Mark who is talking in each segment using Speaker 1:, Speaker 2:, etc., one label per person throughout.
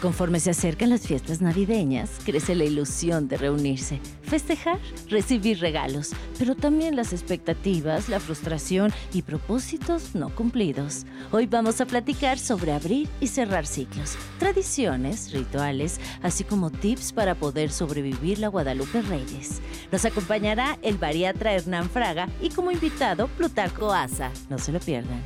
Speaker 1: Conforme se acercan las fiestas navideñas, crece la ilusión de reunirse, festejar, recibir regalos, pero también las expectativas, la frustración y propósitos no cumplidos. Hoy vamos a platicar sobre abrir y cerrar ciclos, tradiciones, rituales, así como tips para poder sobrevivir la Guadalupe Reyes. Nos acompañará el bariatra Hernán Fraga y como invitado Plutarco Asa. No se lo pierdan.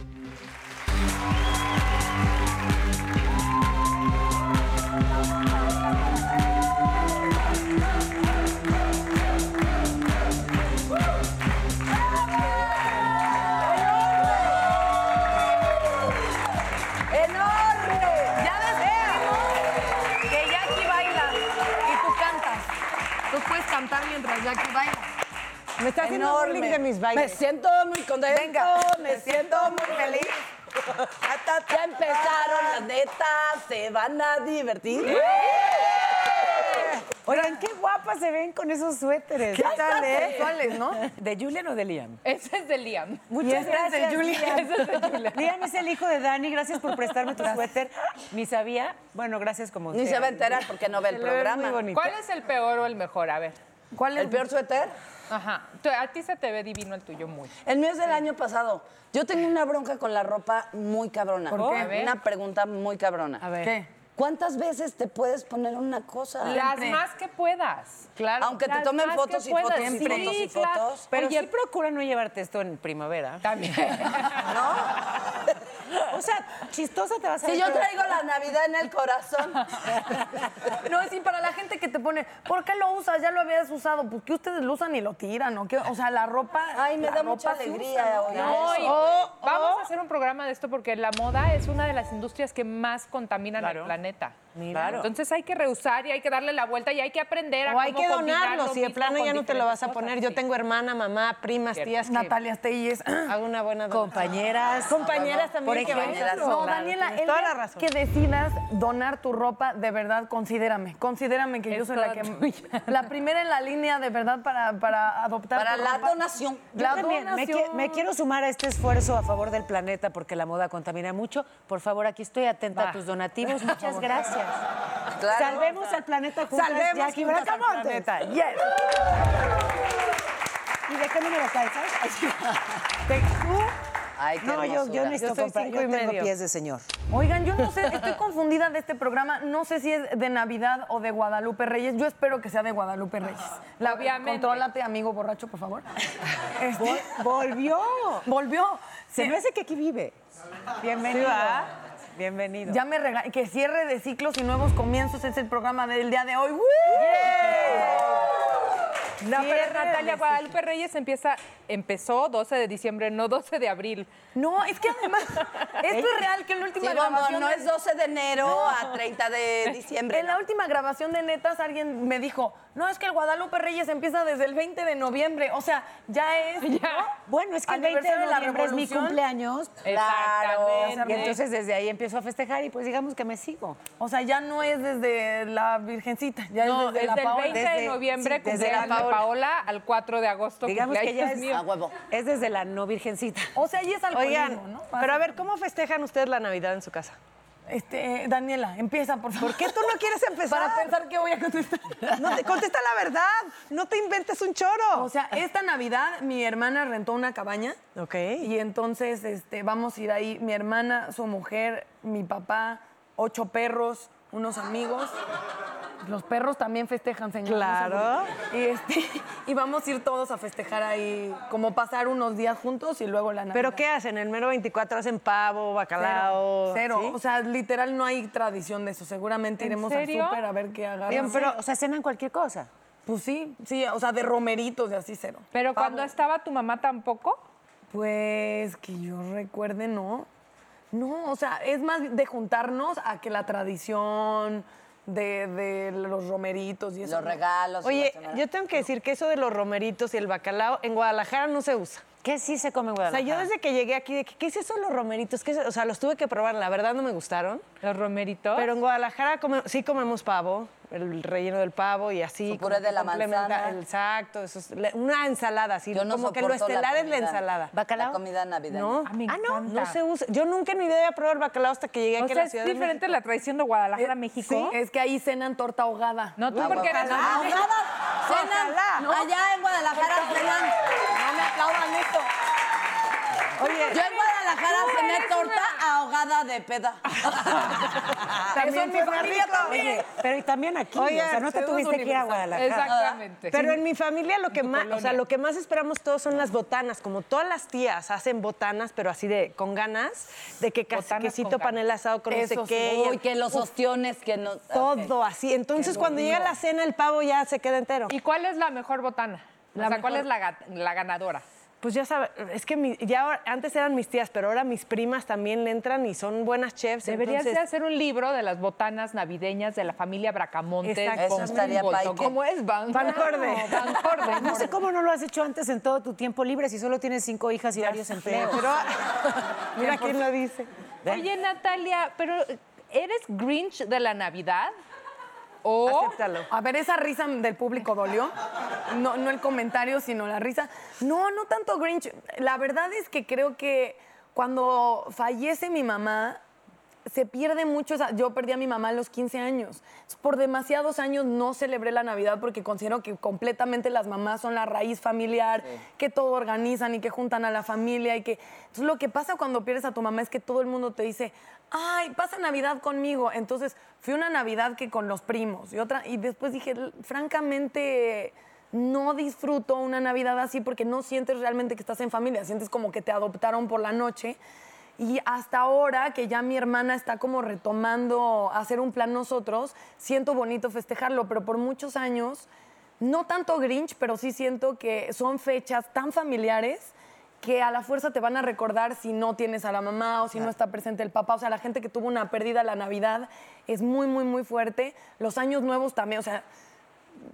Speaker 2: ¡Enorme! Ya descubrimos que Jackie baila y tú cantas. Tú puedes cantar mientras Jackie baila.
Speaker 3: Me está haciendo
Speaker 2: Enorme.
Speaker 3: bullying de mis
Speaker 4: Me
Speaker 3: bailes.
Speaker 4: siento muy contento,
Speaker 2: Venga,
Speaker 4: me siento muy feliz. Ya empezaron las netas, se van a divertir.
Speaker 3: Oigan, qué guapas se ven con esos suéteres.
Speaker 4: ¿Qué tal, eh?
Speaker 3: Sensuales, ¿no?
Speaker 4: ¿De Julian o de Liam?
Speaker 5: Ese es de Liam.
Speaker 3: Muchas
Speaker 4: este es de
Speaker 3: gracias.
Speaker 4: Julián.
Speaker 3: Liam. Liam es el hijo de Dani. Gracias por prestarme tu suéter. Ni sabía. Bueno, gracias como
Speaker 4: Ni
Speaker 3: sea.
Speaker 4: se va a enterar porque no ve el
Speaker 3: Te lo ves
Speaker 4: programa.
Speaker 3: Muy bonito.
Speaker 5: ¿Cuál es el peor o el mejor? A ver.
Speaker 3: ¿Cuál
Speaker 4: ¿El peor suéter?
Speaker 5: Ajá. Tú- A ti se te ve divino el tuyo muy.
Speaker 4: El mío es del año pasado. Yo tengo una bronca con la ropa muy cabrona.
Speaker 5: ¿Por qué? A ver.
Speaker 4: Una pregunta muy cabrona.
Speaker 3: A ver.
Speaker 2: ¿Qué?
Speaker 4: ¿Cuántas veces te puedes poner una cosa?
Speaker 5: Las más que puedas. Claro.
Speaker 4: Aunque te
Speaker 5: Las
Speaker 4: tomen
Speaker 5: más
Speaker 4: fotos
Speaker 5: que
Speaker 4: y
Speaker 5: puedas.
Speaker 4: fotos y
Speaker 5: Sí,
Speaker 4: fotos y
Speaker 5: claro.
Speaker 4: fotos.
Speaker 3: Pero
Speaker 5: Oye,
Speaker 3: sí procura no llevarte esto en primavera.
Speaker 5: también.
Speaker 3: O sea, chistosa te vas a
Speaker 4: Si
Speaker 3: ver,
Speaker 4: yo
Speaker 3: pero-
Speaker 4: traigo la Navidad en el corazón.
Speaker 2: No, sí, para la gente que te pone, ¿por qué lo usas? Ya lo habías usado. ¿Por qué ustedes lo usan y lo tiran? ¿O, qué? o sea, la ropa.
Speaker 4: Ay, me
Speaker 2: la
Speaker 4: da mucha
Speaker 2: ropa se usa,
Speaker 4: alegría
Speaker 2: ¿no?
Speaker 4: oír
Speaker 2: No, Oh,
Speaker 5: No, y
Speaker 4: eso.
Speaker 3: oh,
Speaker 5: vamos a hacer un programa de esto porque la moda es una de las industrias que más contaminan
Speaker 3: Claro.
Speaker 5: al planeta.
Speaker 3: Claro.
Speaker 5: Entonces hay que rehusar y hay que darle la vuelta y hay que aprender a
Speaker 3: O hay
Speaker 5: cómo
Speaker 3: que
Speaker 5: combinar
Speaker 3: donarlo.
Speaker 5: lo
Speaker 3: Si de
Speaker 5: mismo
Speaker 3: plano
Speaker 5: con
Speaker 3: ya no te lo vas a
Speaker 5: diferentes
Speaker 3: poner.
Speaker 5: cosas,
Speaker 3: Yo
Speaker 5: sí.
Speaker 3: tengo hermana, mamá, primas,
Speaker 5: Cierto.
Speaker 3: tías. que-
Speaker 2: Natalia este, Telles.
Speaker 3: Hago una buena dona.
Speaker 2: Compañeras.
Speaker 3: Compañeras también.
Speaker 4: Por
Speaker 3: que van a
Speaker 4: ejemplo.
Speaker 3: hacerlo.
Speaker 2: No,
Speaker 4: Claro,
Speaker 2: Daniela,
Speaker 3: tienes
Speaker 2: el
Speaker 3: toda
Speaker 2: día
Speaker 3: la razón.
Speaker 2: que decidas donar tu ropa, de verdad, considérame. Considérame que yo
Speaker 5: Es
Speaker 2: soy la
Speaker 5: toda
Speaker 2: que...
Speaker 5: tuya.
Speaker 2: La primera en la línea, de verdad, para, para adoptar
Speaker 4: Para
Speaker 2: tu
Speaker 4: la
Speaker 2: ropa.
Speaker 4: donación.
Speaker 2: La
Speaker 3: Yo también me,
Speaker 2: donación.
Speaker 3: qui- me quiero sumar a este esfuerzo a favor del planeta porque la moda contamina mucho. Por favor, aquí estoy atenta a tus donativos. Muchas gracias.
Speaker 4: Claro.
Speaker 3: Salvemos al planeta juntas.
Speaker 2: Salvemos
Speaker 3: Jackie
Speaker 2: juntas
Speaker 3: Bracamontes.
Speaker 2: al planeta. Yes.
Speaker 3: ¿Y de qué número caes? sabes? Así. ¿Te- tú?
Speaker 4: Ay, qué
Speaker 3: No, yo, yo
Speaker 4: hermosura.
Speaker 3: necesito
Speaker 2: Yo soy
Speaker 3: comprar.
Speaker 2: cinco
Speaker 3: Yo
Speaker 2: y
Speaker 3: tengo
Speaker 2: medio.
Speaker 3: pies de señor.
Speaker 2: Oigan, yo no sé, estoy confundida de este programa. No sé si es de Navidad o de Guadalupe Reyes. Yo espero que sea de Guadalupe Reyes. La,
Speaker 5: Obviamente.
Speaker 2: Contrólate, amigo borracho, por favor. Este,
Speaker 3: Vol- volvió.
Speaker 2: volvió.
Speaker 3: Se
Speaker 2: Sí,
Speaker 3: me hace que aquí vive. Bienvenido. Bienvenido.
Speaker 2: ya me rega que cierre de ciclos y nuevos comienzos es el programa del día de hoy. ¡Woo!
Speaker 5: No, pero
Speaker 2: Cierre
Speaker 5: Natalia
Speaker 2: de
Speaker 5: Guadalupe Reyes empieza, empezó 12 de diciembre, no 12 de abril.
Speaker 2: No, es que además, esto es real que en la última
Speaker 4: Sí, vamos,
Speaker 2: grabación
Speaker 4: no
Speaker 2: de-
Speaker 4: es 12 de enero a 30 de diciembre.
Speaker 2: En la última grabación de Netas alguien me dijo, no, es que el Guadalupe Reyes empieza desde el 20 de noviembre. O sea, ya es... ¿no?
Speaker 3: Bueno, es que el 20 de
Speaker 2: Aniversario de la
Speaker 3: noviembre es mi
Speaker 2: Revolución.
Speaker 3: cumpleaños.
Speaker 4: Claro.
Speaker 3: Y
Speaker 5: Exactamente.
Speaker 3: entonces desde ahí empiezo a festejar y pues digamos que me sigo.
Speaker 2: O sea, ya no es desde la Virgencita, ya
Speaker 5: No,
Speaker 2: es desde
Speaker 5: es
Speaker 2: la
Speaker 5: del
Speaker 2: Paola.
Speaker 5: 20
Speaker 3: desde-
Speaker 5: de noviembre,
Speaker 3: sí, desde la
Speaker 5: cumpleaños de
Speaker 3: Paola.
Speaker 5: Paola, al 4 de agosto,
Speaker 3: Digamos que ya
Speaker 5: cumpleaños
Speaker 3: es
Speaker 5: mío.
Speaker 4: A huevo.
Speaker 3: Es desde la no virgencita.
Speaker 2: O sea, ahí es alcoholismo,
Speaker 6: Oigan,
Speaker 2: ¿no?
Speaker 6: pero a ver, ¿cómo festejan ustedes la Navidad en su casa?
Speaker 2: Este, eh, Daniela, empieza, por favor.
Speaker 6: ¿Por qué tú no quieres empezar?
Speaker 2: Para pensar que voy a contestar.
Speaker 6: No te, contesta la verdad, no te inventes un choro.
Speaker 2: O sea, esta Navidad mi hermana rentó una cabaña.
Speaker 6: ok.
Speaker 2: Y entonces este, vamos a ir ahí, mi hermana, su mujer, mi papá, ocho perros, unos amigos. Los perros también festejan, señor.
Speaker 6: Claro.
Speaker 2: Y, este, y vamos a ir todos a festejar ahí, como pasar unos días juntos y luego la Navidad.
Speaker 6: ¿Pero qué hacen? El mero 24 hacen pavo,
Speaker 2: Cero,
Speaker 6: bacalao.
Speaker 2: cero.
Speaker 6: ¿sí?
Speaker 2: O sea, literal no hay tradición de eso. Seguramente
Speaker 5: ¿En
Speaker 2: iremos
Speaker 5: serio?
Speaker 2: al súper a ver qué
Speaker 3: Oigan,
Speaker 2: agarran.
Speaker 3: pero, o sea, cenan cualquier cosa.
Speaker 2: Pues sí, sí, o sea, de romeritos y así cero.
Speaker 5: Pero
Speaker 2: Pavo.
Speaker 5: cuando estaba tu mamá tampoco.
Speaker 2: Pues que yo recuerde, no. No, o sea, es más de juntarnos a que la tradición de, de los romeritos y eso.
Speaker 4: Los regalos.
Speaker 6: Oye,
Speaker 4: las-
Speaker 6: yo tengo que decir que eso de los romeritos y el bacalao en Guadalajara no se usa.
Speaker 3: ¿Qué sí se come en
Speaker 6: O sea,
Speaker 3: Guadalajara?
Speaker 6: yo desde que llegué aquí, de que, ¿qué es eso los romeritos? ¿Qué es eso? O sea, los tuve que probar, la verdad no me gustaron.
Speaker 5: Los romeritos.
Speaker 6: Pero en Guadalajara come- sí comemos pavo, el relleno del pavo y así.
Speaker 4: Su puré
Speaker 6: como
Speaker 4: de la
Speaker 6: que complementa-
Speaker 4: manzana.
Speaker 6: el- Exacto, eso es la- una ensalada, sí.
Speaker 4: Yo no
Speaker 6: como que lo
Speaker 4: soporto la
Speaker 6: estelar es la
Speaker 4: comida-
Speaker 6: ensalada.
Speaker 3: ¿Bacalao?
Speaker 4: La comida navideña.
Speaker 6: ¿No?
Speaker 5: Ah, me
Speaker 6: no,
Speaker 5: encanta.
Speaker 6: no se usa. Yo nunca en mi vida había probado el bacalao hasta que llegué
Speaker 5: o
Speaker 6: aquí
Speaker 5: sea,
Speaker 6: a la
Speaker 5: es
Speaker 6: ciudad.
Speaker 5: diferente la tradición de Guadalajara a México.
Speaker 2: Es que ahí cenan torta ahogada.
Speaker 5: No, tú
Speaker 4: Ah,
Speaker 5: porque eres...
Speaker 4: ojalá. Ahogada,
Speaker 6: Ojalá.
Speaker 4: cenan. Allá en Guadalajara cenan. No me aplaudan esto.
Speaker 6: de México. Oye,
Speaker 4: Yo en Guadalajara
Speaker 5: Tú
Speaker 4: cené
Speaker 5: eres
Speaker 4: torta ahogada de peda.
Speaker 6: Ah, También
Speaker 4: Eso en mi
Speaker 6: fue más
Speaker 4: familia
Speaker 6: rico.
Speaker 4: también.
Speaker 3: Pero y también aquí,
Speaker 6: Oigan,
Speaker 3: o sea, no te
Speaker 6: somos
Speaker 3: tuviste que ir a
Speaker 6: universales.
Speaker 3: Guadalajara.
Speaker 5: Exactamente.
Speaker 6: Pero en mi familia lo que más, o
Speaker 5: colonia.
Speaker 6: sea, lo que más esperamos todos son las botanas, como todas las tías hacen botanas, pero así de con ganas, de que
Speaker 5: Botanas con
Speaker 6: quesito
Speaker 5: ganas.
Speaker 6: panel asado con
Speaker 2: Eso
Speaker 6: no
Speaker 2: sí.
Speaker 6: sé qué. y el-
Speaker 4: Uy, que los ostiones que no.
Speaker 6: todo así. Entonces, cuando llega la cena, el pavo ya se queda entero.
Speaker 5: ¿Y cuál es la mejor botana? o sea, ¿cuál
Speaker 6: mejor-
Speaker 5: es la, ga- la ganadora?
Speaker 6: Pues ya sabes, es que mi- ya ahora- antes eran mis tías, pero ahora mis primas también le entran y son buenas chefs.
Speaker 5: Deberías
Speaker 6: entonces-
Speaker 5: de hacer un libro de las botanas navideñas de la familia Bracamontes.
Speaker 6: Exacto.
Speaker 4: Eso
Speaker 5: con
Speaker 4: estaría
Speaker 5: Humboldt,
Speaker 4: paique.
Speaker 5: ¿Cómo es? Van,
Speaker 6: Bancorde.
Speaker 5: No, Bancorde.
Speaker 3: No sé cómo no lo has hecho antes en todo tu tiempo libre si solo tienes cinco hijas y varios empleos.
Speaker 6: Pero ah, mira quién lo dice.
Speaker 5: Oye, Natalia, pero ¿eres Grinch de la Navidad? O
Speaker 6: Acéptalo.
Speaker 2: A ver, esa risa del público dolió. No, no el comentario, sino la risa. No, no tanto Grinch. La verdad es que creo que cuando fallece mi mamá, se pierde mucho. esa- Yo perdí a mi mamá a los 15 años. Por demasiados años no celebré la Navidad porque considero que completamente las mamás son la raíz familiar, que todo organizan y que juntan a la familia y que... Entonces lo que pasa cuando pierdes a tu mamá es que todo el mundo te dice, ay, pasa Navidad conmigo. Entonces fui una Navidad que con los primos y otra... Y después dije, "L- francamente... No disfruto una Navidad así porque no sientes realmente que estás en familia, sientes como que te adoptaron por la noche. Y hasta ahora que ya mi hermana está como retomando hacer un plan nosotros, siento bonito festejarlo, pero por muchos años, no tanto Grinch, pero sí siento que son fechas tan familiares que a la fuerza te van a recordar si no tienes a la mamá o si no está presente el papá. O sea, la gente que tuvo una pérdida la Navidad es muy, muy, muy fuerte. Los años nuevos también, o sea,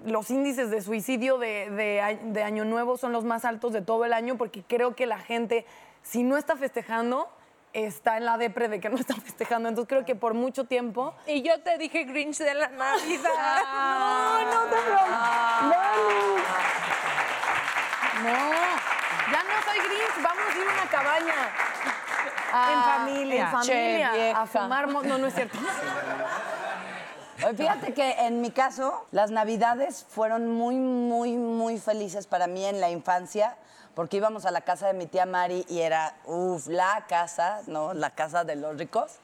Speaker 2: los índices de suicidio de, de a- de Año Nuevo son los más altos de todo el año porque creo que la gente, si no está festejando, está en la depre de que no está festejando. Entonces creo que por mucho tiempo...
Speaker 5: Y yo te dije Grinch de la Navidad.
Speaker 2: Ah. no, no te No, ya no soy gris, vamos a ir a una cabaña. A-
Speaker 3: Ah,
Speaker 6: familia.
Speaker 2: En familia.
Speaker 4: Che, vieja.
Speaker 2: a fumar... mo- No, no es cierto.
Speaker 4: Oye, Eh, Fíjate que en mi caso, las navidades fueron muy, muy, muy felices para mí en la infancia, porque íbamos a la casa de mi tía Mari y era, uff, la casa, ¿no? La casa de los ricos.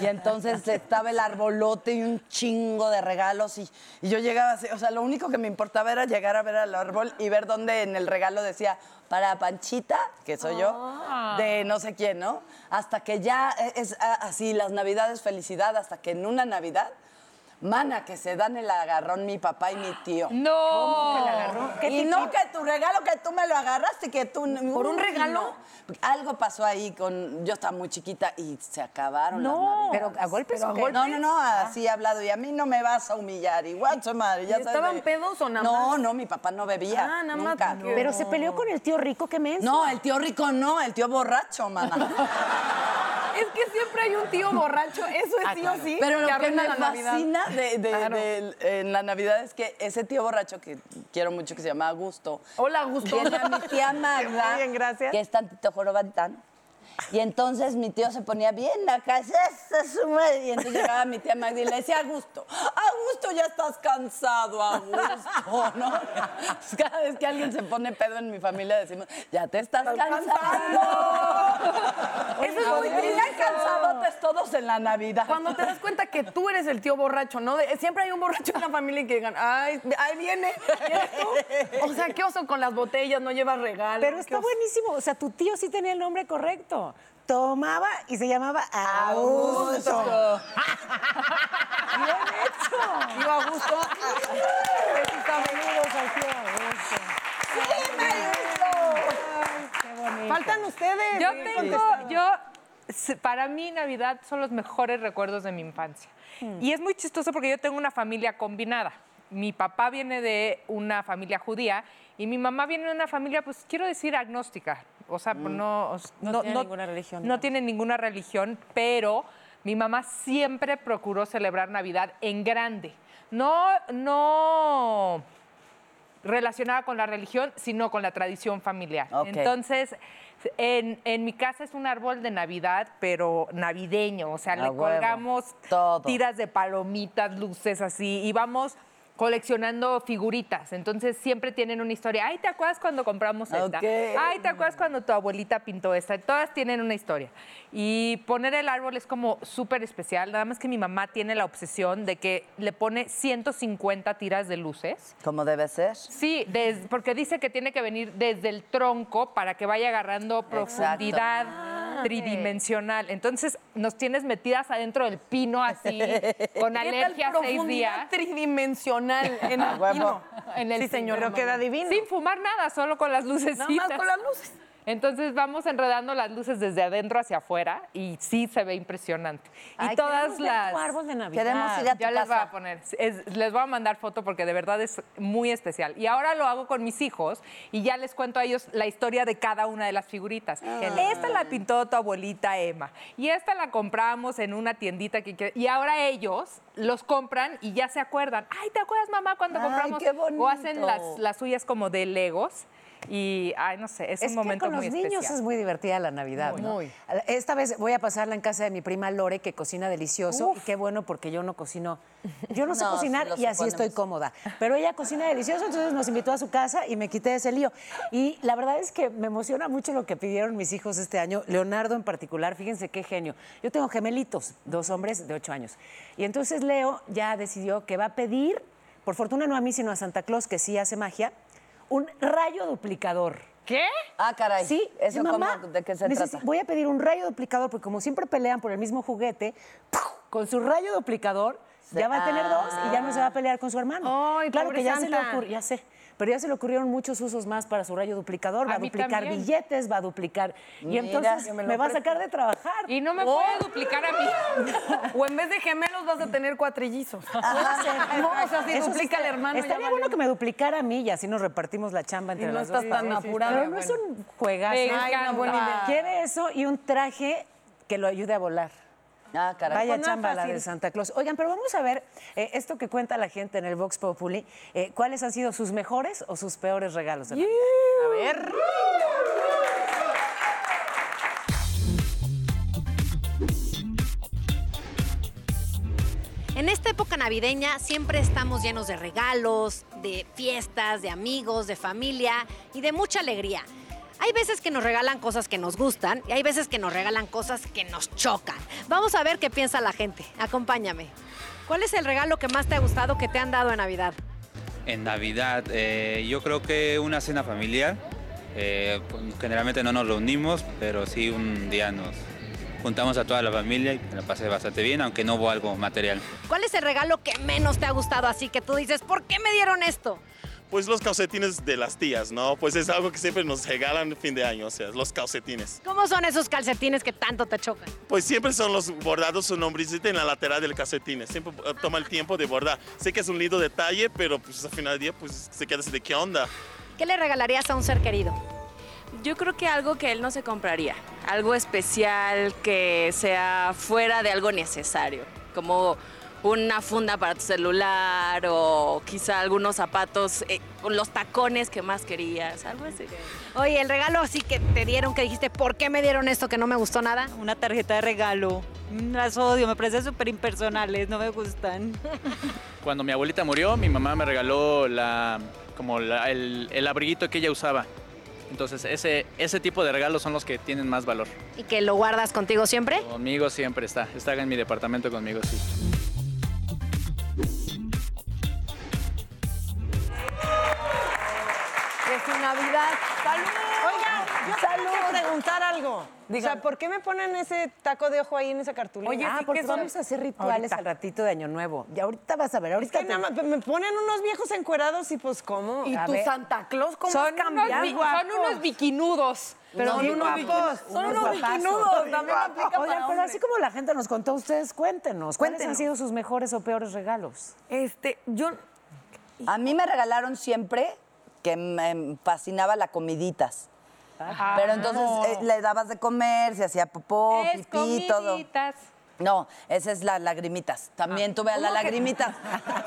Speaker 4: Y entonces estaba el arbolote y un chingo de regalos y, y yo llegaba así, o sea, lo único que me importaba era llegar a ver al árbol y ver dónde en el regalo decía, para Panchita, que soy yo, de no sé quién, ¿no? Hasta que ya eh, es ah, así, las navidades felicidad, hasta que en una navidad... Mana, que se dan el agarrón mi papá y mi tío.
Speaker 5: No.
Speaker 4: Y no que tu regalo, que tú me lo agarraste, que tú... ¿Por
Speaker 2: un regalo?
Speaker 4: Algo pasó ahí con... Yo estaba muy chiquita y se acabaron
Speaker 3: No,
Speaker 4: las navidades.
Speaker 3: pero ¿a golpes
Speaker 4: Pero
Speaker 3: o
Speaker 4: a
Speaker 3: qué?
Speaker 4: golpes. No, no, no, así he hablado. Y a mí no me vas a humillar. Igual, su madre, ya
Speaker 2: Ah. ¿Y
Speaker 4: sabes
Speaker 2: estaban
Speaker 4: de-
Speaker 2: pedos o nada
Speaker 4: No,
Speaker 2: más?
Speaker 4: no, mi papá no bebía.
Speaker 2: Ah, nada más,
Speaker 4: nunca.
Speaker 2: no.
Speaker 3: Pero se peleó con el tío rico, ¿qué me es?
Speaker 4: No, el tío rico no, el tío borracho, mana.
Speaker 2: Es que siempre hay un tío borracho, eso es sí o sí.
Speaker 4: Ah, Pero lo que
Speaker 2: arruina
Speaker 4: me fascina de, de-
Speaker 2: Claro.
Speaker 4: de- en la Navidad es que ese tío borracho que quiero mucho, que se llama Augusto.
Speaker 2: Hola, Augusto.
Speaker 4: Viene a mi tía Magda.
Speaker 6: Muy bien, gracias.
Speaker 4: Que es tantito jorobantán. Y entonces mi tío se ponía bien acá, esta es su madre. Y entonces llegaba mi tía Magda y le decía, Augusto, Augusto, ya estás cansado, Augusto, ¿no? Pues Cada vez que alguien se pone pedo en mi familia decimos, ya te estás cansando. Eso es muy triste. cansadotes todos en la Navidad.
Speaker 2: Cuando te das cuenta que tú eres el tío borracho, ¿no? De- siempre hay un borracho en la familia y que digan, ay, ahí viene, ¿eres tú? O sea, qué oso con las botellas, no llevas regalos.
Speaker 3: Pero
Speaker 2: qué
Speaker 3: está
Speaker 2: oso.
Speaker 3: buenísimo. O sea, tu tío sí tenía el nombre correcto. Tomaba y se llamaba Augusto. Bien hecho.
Speaker 2: Tío Augusto.
Speaker 3: Bienvenidos al tío Augusto.
Speaker 6: Faltan ustedes.
Speaker 5: Yo
Speaker 6: Sí,
Speaker 5: tengo,
Speaker 6: contesta.
Speaker 5: yo, se- para mí Navidad son los mejores recuerdos de mi infancia.
Speaker 3: Hmm.
Speaker 5: Y es muy chistoso porque yo tengo una familia combinada. Mi papá viene de una familia judía y mi mamá viene de una familia, pues quiero decir, agnóstica. o sea, no, o sea,
Speaker 3: Mm. No tiene ninguna religión,
Speaker 5: No
Speaker 3: ¿no?
Speaker 5: tiene ninguna religión, pero mi mamá siempre procuró celebrar Navidad en grande. No, no relacionada con la religión, sino con la tradición familiar.
Speaker 4: Ok.
Speaker 5: Entonces, en, en mi casa es un árbol de Navidad, pero navideño, o sea,
Speaker 4: A
Speaker 5: le
Speaker 4: huevo.
Speaker 5: colgamos
Speaker 4: Todo.
Speaker 5: tiras de palomitas, luces así, y vamos coleccionando figuritas. Entonces siempre tienen una historia. Ay, ¿te acuerdas cuando compramos esta?
Speaker 4: Ok.
Speaker 5: Ay, ¿te acuerdas cuando tu abuelita pintó esta? Todas tienen una historia. Y poner el árbol es como súper especial, nada más que mi mamá tiene la obsesión de que le pone 150 tiras de luces.
Speaker 4: Como debe ser.
Speaker 5: Sí, des- porque dice que tiene que venir desde el tronco para que vaya agarrando profundidad
Speaker 2: Ah,
Speaker 5: tridimensional. Entonces nos tienes metidas adentro del pino así, con
Speaker 2: ¿Qué tal
Speaker 5: alergia seis días.
Speaker 2: profundidad tridimensional en el pino?
Speaker 5: En el
Speaker 2: sí,
Speaker 5: pino.
Speaker 2: señor.
Speaker 6: Pero queda divino.
Speaker 5: Sin fumar nada, solo con las lucecitas.
Speaker 2: Nada más con las luces.
Speaker 5: Entonces vamos enredando las luces desde adentro hacia afuera y sí se ve impresionante. y todas las
Speaker 3: árbol de Navidad.
Speaker 4: Queremos ir a tu
Speaker 5: yo les voy a
Speaker 4: casa.
Speaker 5: poner, es- les voy a mandar foto porque de verdad es muy especial. Y ahora lo hago con mis hijos y ya les cuento a ellos la historia de cada una de las figuritas. Esta la pintó tu abuelita Emma y esta la compramos en una tiendita que que- y ahora ellos los compran y ya se acuerdan. Ay, ¿te acuerdas mamá cuando
Speaker 4: Ay,
Speaker 5: compramos?
Speaker 4: qué
Speaker 5: o hacen
Speaker 4: bonito.
Speaker 5: las, las suyas como de legos y ay, no sé, es,
Speaker 3: Es
Speaker 5: un
Speaker 3: que
Speaker 5: momento
Speaker 3: con los
Speaker 5: muy
Speaker 3: niños
Speaker 5: especial.
Speaker 3: es muy divertida la Navidad, ¿no? Esta vez voy a pasarla en casa de mi prima Lore, que cocina delicioso. Y qué bueno, porque yo no cocino. Yo no sé
Speaker 4: No, sí
Speaker 3: cocinar
Speaker 4: lo
Speaker 3: y así estoy
Speaker 4: suponemos.
Speaker 3: cómoda. Pero ella cocina delicioso, entonces nos invitó a su casa y me quité de ese lío. Y la verdad es que me emociona mucho lo que pidieron mis hijos este año. Leonardo en particular, fíjense qué genio. Yo tengo gemelitos, dos hombres de ocho años. Y entonces Leo ya decidió que va a pedir, por fortuna no a mí, sino a Santa Claus, que sí hace magia, un rayo duplicador.
Speaker 5: ¿Qué?
Speaker 4: Ah, caray.
Speaker 3: Sí,
Speaker 4: ¿Eso
Speaker 3: mi mamá,
Speaker 4: cómo- de qué se
Speaker 3: necesi-
Speaker 4: trata?
Speaker 3: Voy a pedir un rayo duplicador, porque como siempre pelean por el mismo juguete, ¡puf! con su rayo duplicador
Speaker 4: Se-
Speaker 3: ya va a tener dos y ya no se va
Speaker 4: Ah.
Speaker 3: a pelear con su hermano.
Speaker 5: Ay,
Speaker 3: claro
Speaker 5: pobre
Speaker 3: que ya se le
Speaker 5: Santa.
Speaker 3: ocurrió, ya sé. Pero ya se le ocurrieron muchos usos más para su rayo duplicador.
Speaker 5: A
Speaker 3: Va a
Speaker 5: mí
Speaker 3: duplicar
Speaker 5: también.
Speaker 3: billetes, va a duplicar. y
Speaker 4: Mira,
Speaker 3: entonces
Speaker 4: yo
Speaker 3: me,
Speaker 4: me lo
Speaker 3: va a
Speaker 4: presto.
Speaker 3: sacar de trabajar.
Speaker 5: Y no me puede duplicar a mí.
Speaker 2: Oh. O en vez de gemelos vas a tener cuatrillizos. No, o sea, si
Speaker 3: Eso sí
Speaker 2: duplica
Speaker 3: está-
Speaker 2: al hermano.
Speaker 3: Estaría
Speaker 2: ya
Speaker 3: bueno
Speaker 2: valió.
Speaker 3: que me duplicara a mí y así nos repartimos la chamba
Speaker 2: Y
Speaker 3: entre
Speaker 2: no
Speaker 3: las
Speaker 2: estás
Speaker 3: dos.
Speaker 2: tan apurada,
Speaker 3: Pero no
Speaker 5: bueno.
Speaker 3: es un juegazo.
Speaker 5: Me
Speaker 2: Ay, una
Speaker 5: encanta.
Speaker 2: buena idea.
Speaker 3: Quiere eso y un traje que lo ayude a volar.
Speaker 4: Ah, caray.
Speaker 3: Vaya
Speaker 2: nada
Speaker 3: chamba la
Speaker 2: fácil.
Speaker 3: de Santa Claus. Oigan, pero vamos a ver eh, esto que cuenta la gente en el Vox Populi. eh, ¿Cuáles han sido sus mejores o sus peores regalos? de Navidad?
Speaker 6: A ver.
Speaker 7: En esta época navideña siempre estamos llenos de regalos, de fiestas, de amigos, de familia y de mucha alegría. Hay veces que nos regalan cosas que nos gustan y hay veces que nos regalan cosas que nos chocan. Vamos a ver qué piensa la gente. Acompáñame. ¿Cuál es el regalo que más te ha gustado que te han dado en Navidad?
Speaker 8: En Navidad, eh, yo creo que una cena familiar. eh, generalmente no nos reunimos, pero sí un día nos juntamos a toda la familia y me la pasé bastante bien, aunque no hubo algo material.
Speaker 7: ¿Cuál es el regalo que menos te ha gustado así que tú dices, ¿por qué me dieron esto?
Speaker 9: Pues los calcetines de las tías, ¿no? Pues es algo que siempre nos regalan fin de año, o sea, los calcetines.
Speaker 7: ¿Cómo son esos calcetines que tanto te chocan?
Speaker 9: Pues siempre son los bordados su nombrecito en la lateral del calcetín. Siempre eh, toma el tiempo de bordar. Sé que es un lindo detalle, pero pues al final del día pues se queda así de qué onda.
Speaker 7: ¿Qué le regalarías a un ser querido?
Speaker 10: Yo creo que algo que él no se compraría, algo especial que sea fuera de algo necesario, como una funda para tu celular o quizá algunos zapatos, eh, con los tacones que más querías, algo así.
Speaker 7: Oye, el regalo así que te dieron, que dijiste, ¿por qué me dieron esto que no me gustó nada?
Speaker 11: Una tarjeta de regalo. Mm, Las odio, me parecen súper impersonales, no me gustan.
Speaker 8: Cuando mi abuelita murió, mi mamá me regaló la, como la- el, el abriguito que ella usaba. Entonces, ese, ese tipo de regalos son los que tienen más valor.
Speaker 7: ¿Y que lo guardas contigo siempre?
Speaker 8: Conmigo siempre está, está en mi departamento conmigo, sí.
Speaker 2: Que su Navidad. ¡Salud!
Speaker 6: Oigan, yo tengo que preguntar algo. O sea, ¿por qué me ponen ese taco de ojo ahí en esa cartulina?
Speaker 2: Oye,
Speaker 3: ah,
Speaker 2: sí,
Speaker 3: porque
Speaker 2: ¿qué son?
Speaker 3: vamos a hacer rituales
Speaker 2: Ahorita.
Speaker 3: al ratito de Año Nuevo. Y ahorita vas a ver,
Speaker 6: Es
Speaker 3: ahorita
Speaker 6: que nada más me ponen unos viejos encuerados y pues cómo.
Speaker 2: ¿Y
Speaker 3: A
Speaker 2: tu
Speaker 3: ver.
Speaker 2: Santa Claus cómo
Speaker 5: Son
Speaker 2: has
Speaker 5: unos,
Speaker 2: cambiado?
Speaker 5: vi- son unos bikinudos.
Speaker 2: Pero
Speaker 3: No,
Speaker 2: son
Speaker 3: ni
Speaker 2: unos
Speaker 3: guapos,
Speaker 2: bikinudos. Son
Speaker 3: unos
Speaker 2: unos
Speaker 3: guapazos.
Speaker 2: bikinudos. También aplica para
Speaker 3: Oigan, pero
Speaker 2: hombres.
Speaker 3: así como la gente nos contó, ustedes cuéntenos. ¿Cuáles han
Speaker 2: Cuéntenos.
Speaker 3: sido sus mejores o peores regalos?
Speaker 2: Este, yo...
Speaker 4: A mí me regalaron siempre que me fascinaba la comiditas. Pero entonces eh, le dabas de comer, se hacía popó,
Speaker 5: Ah, Es
Speaker 4: pipí, todo.
Speaker 5: comiditas.
Speaker 4: No, esa es la lagrimitas. También tuve a
Speaker 5: Ah.
Speaker 4: la
Speaker 5: ¿Cómo que-
Speaker 4: lagrimitas.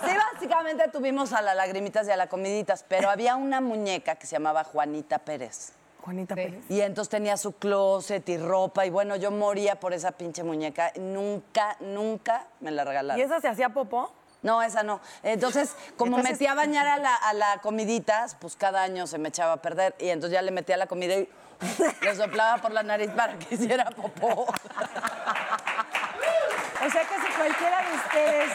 Speaker 4: Sí, básicamente tuvimos a la lagrimitas y a la comiditas, pero había una muñeca que se llamaba Juanita Pérez.
Speaker 2: Juanita Pérez.
Speaker 4: Y entonces tenía su closet y ropa. Y bueno, yo moría por esa pinche muñeca. Nunca, nunca me la regalaron.
Speaker 2: ¿Y esa se hacía popó?
Speaker 4: No, esa no. Entonces, como
Speaker 2: Entonces-
Speaker 4: metía a bañar a la, a la comiditas, pues cada año se me echaba a perder. Y entonces ya le metía la comida y le soplaba por la nariz para que hiciera popó.
Speaker 3: O sea que si cualquiera de ustedes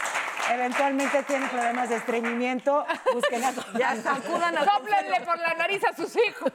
Speaker 3: eventualmente tiene problemas de estreñimiento, busquen a
Speaker 4: Ya sacudan a- Sóplenle por la nariz a sus hijos.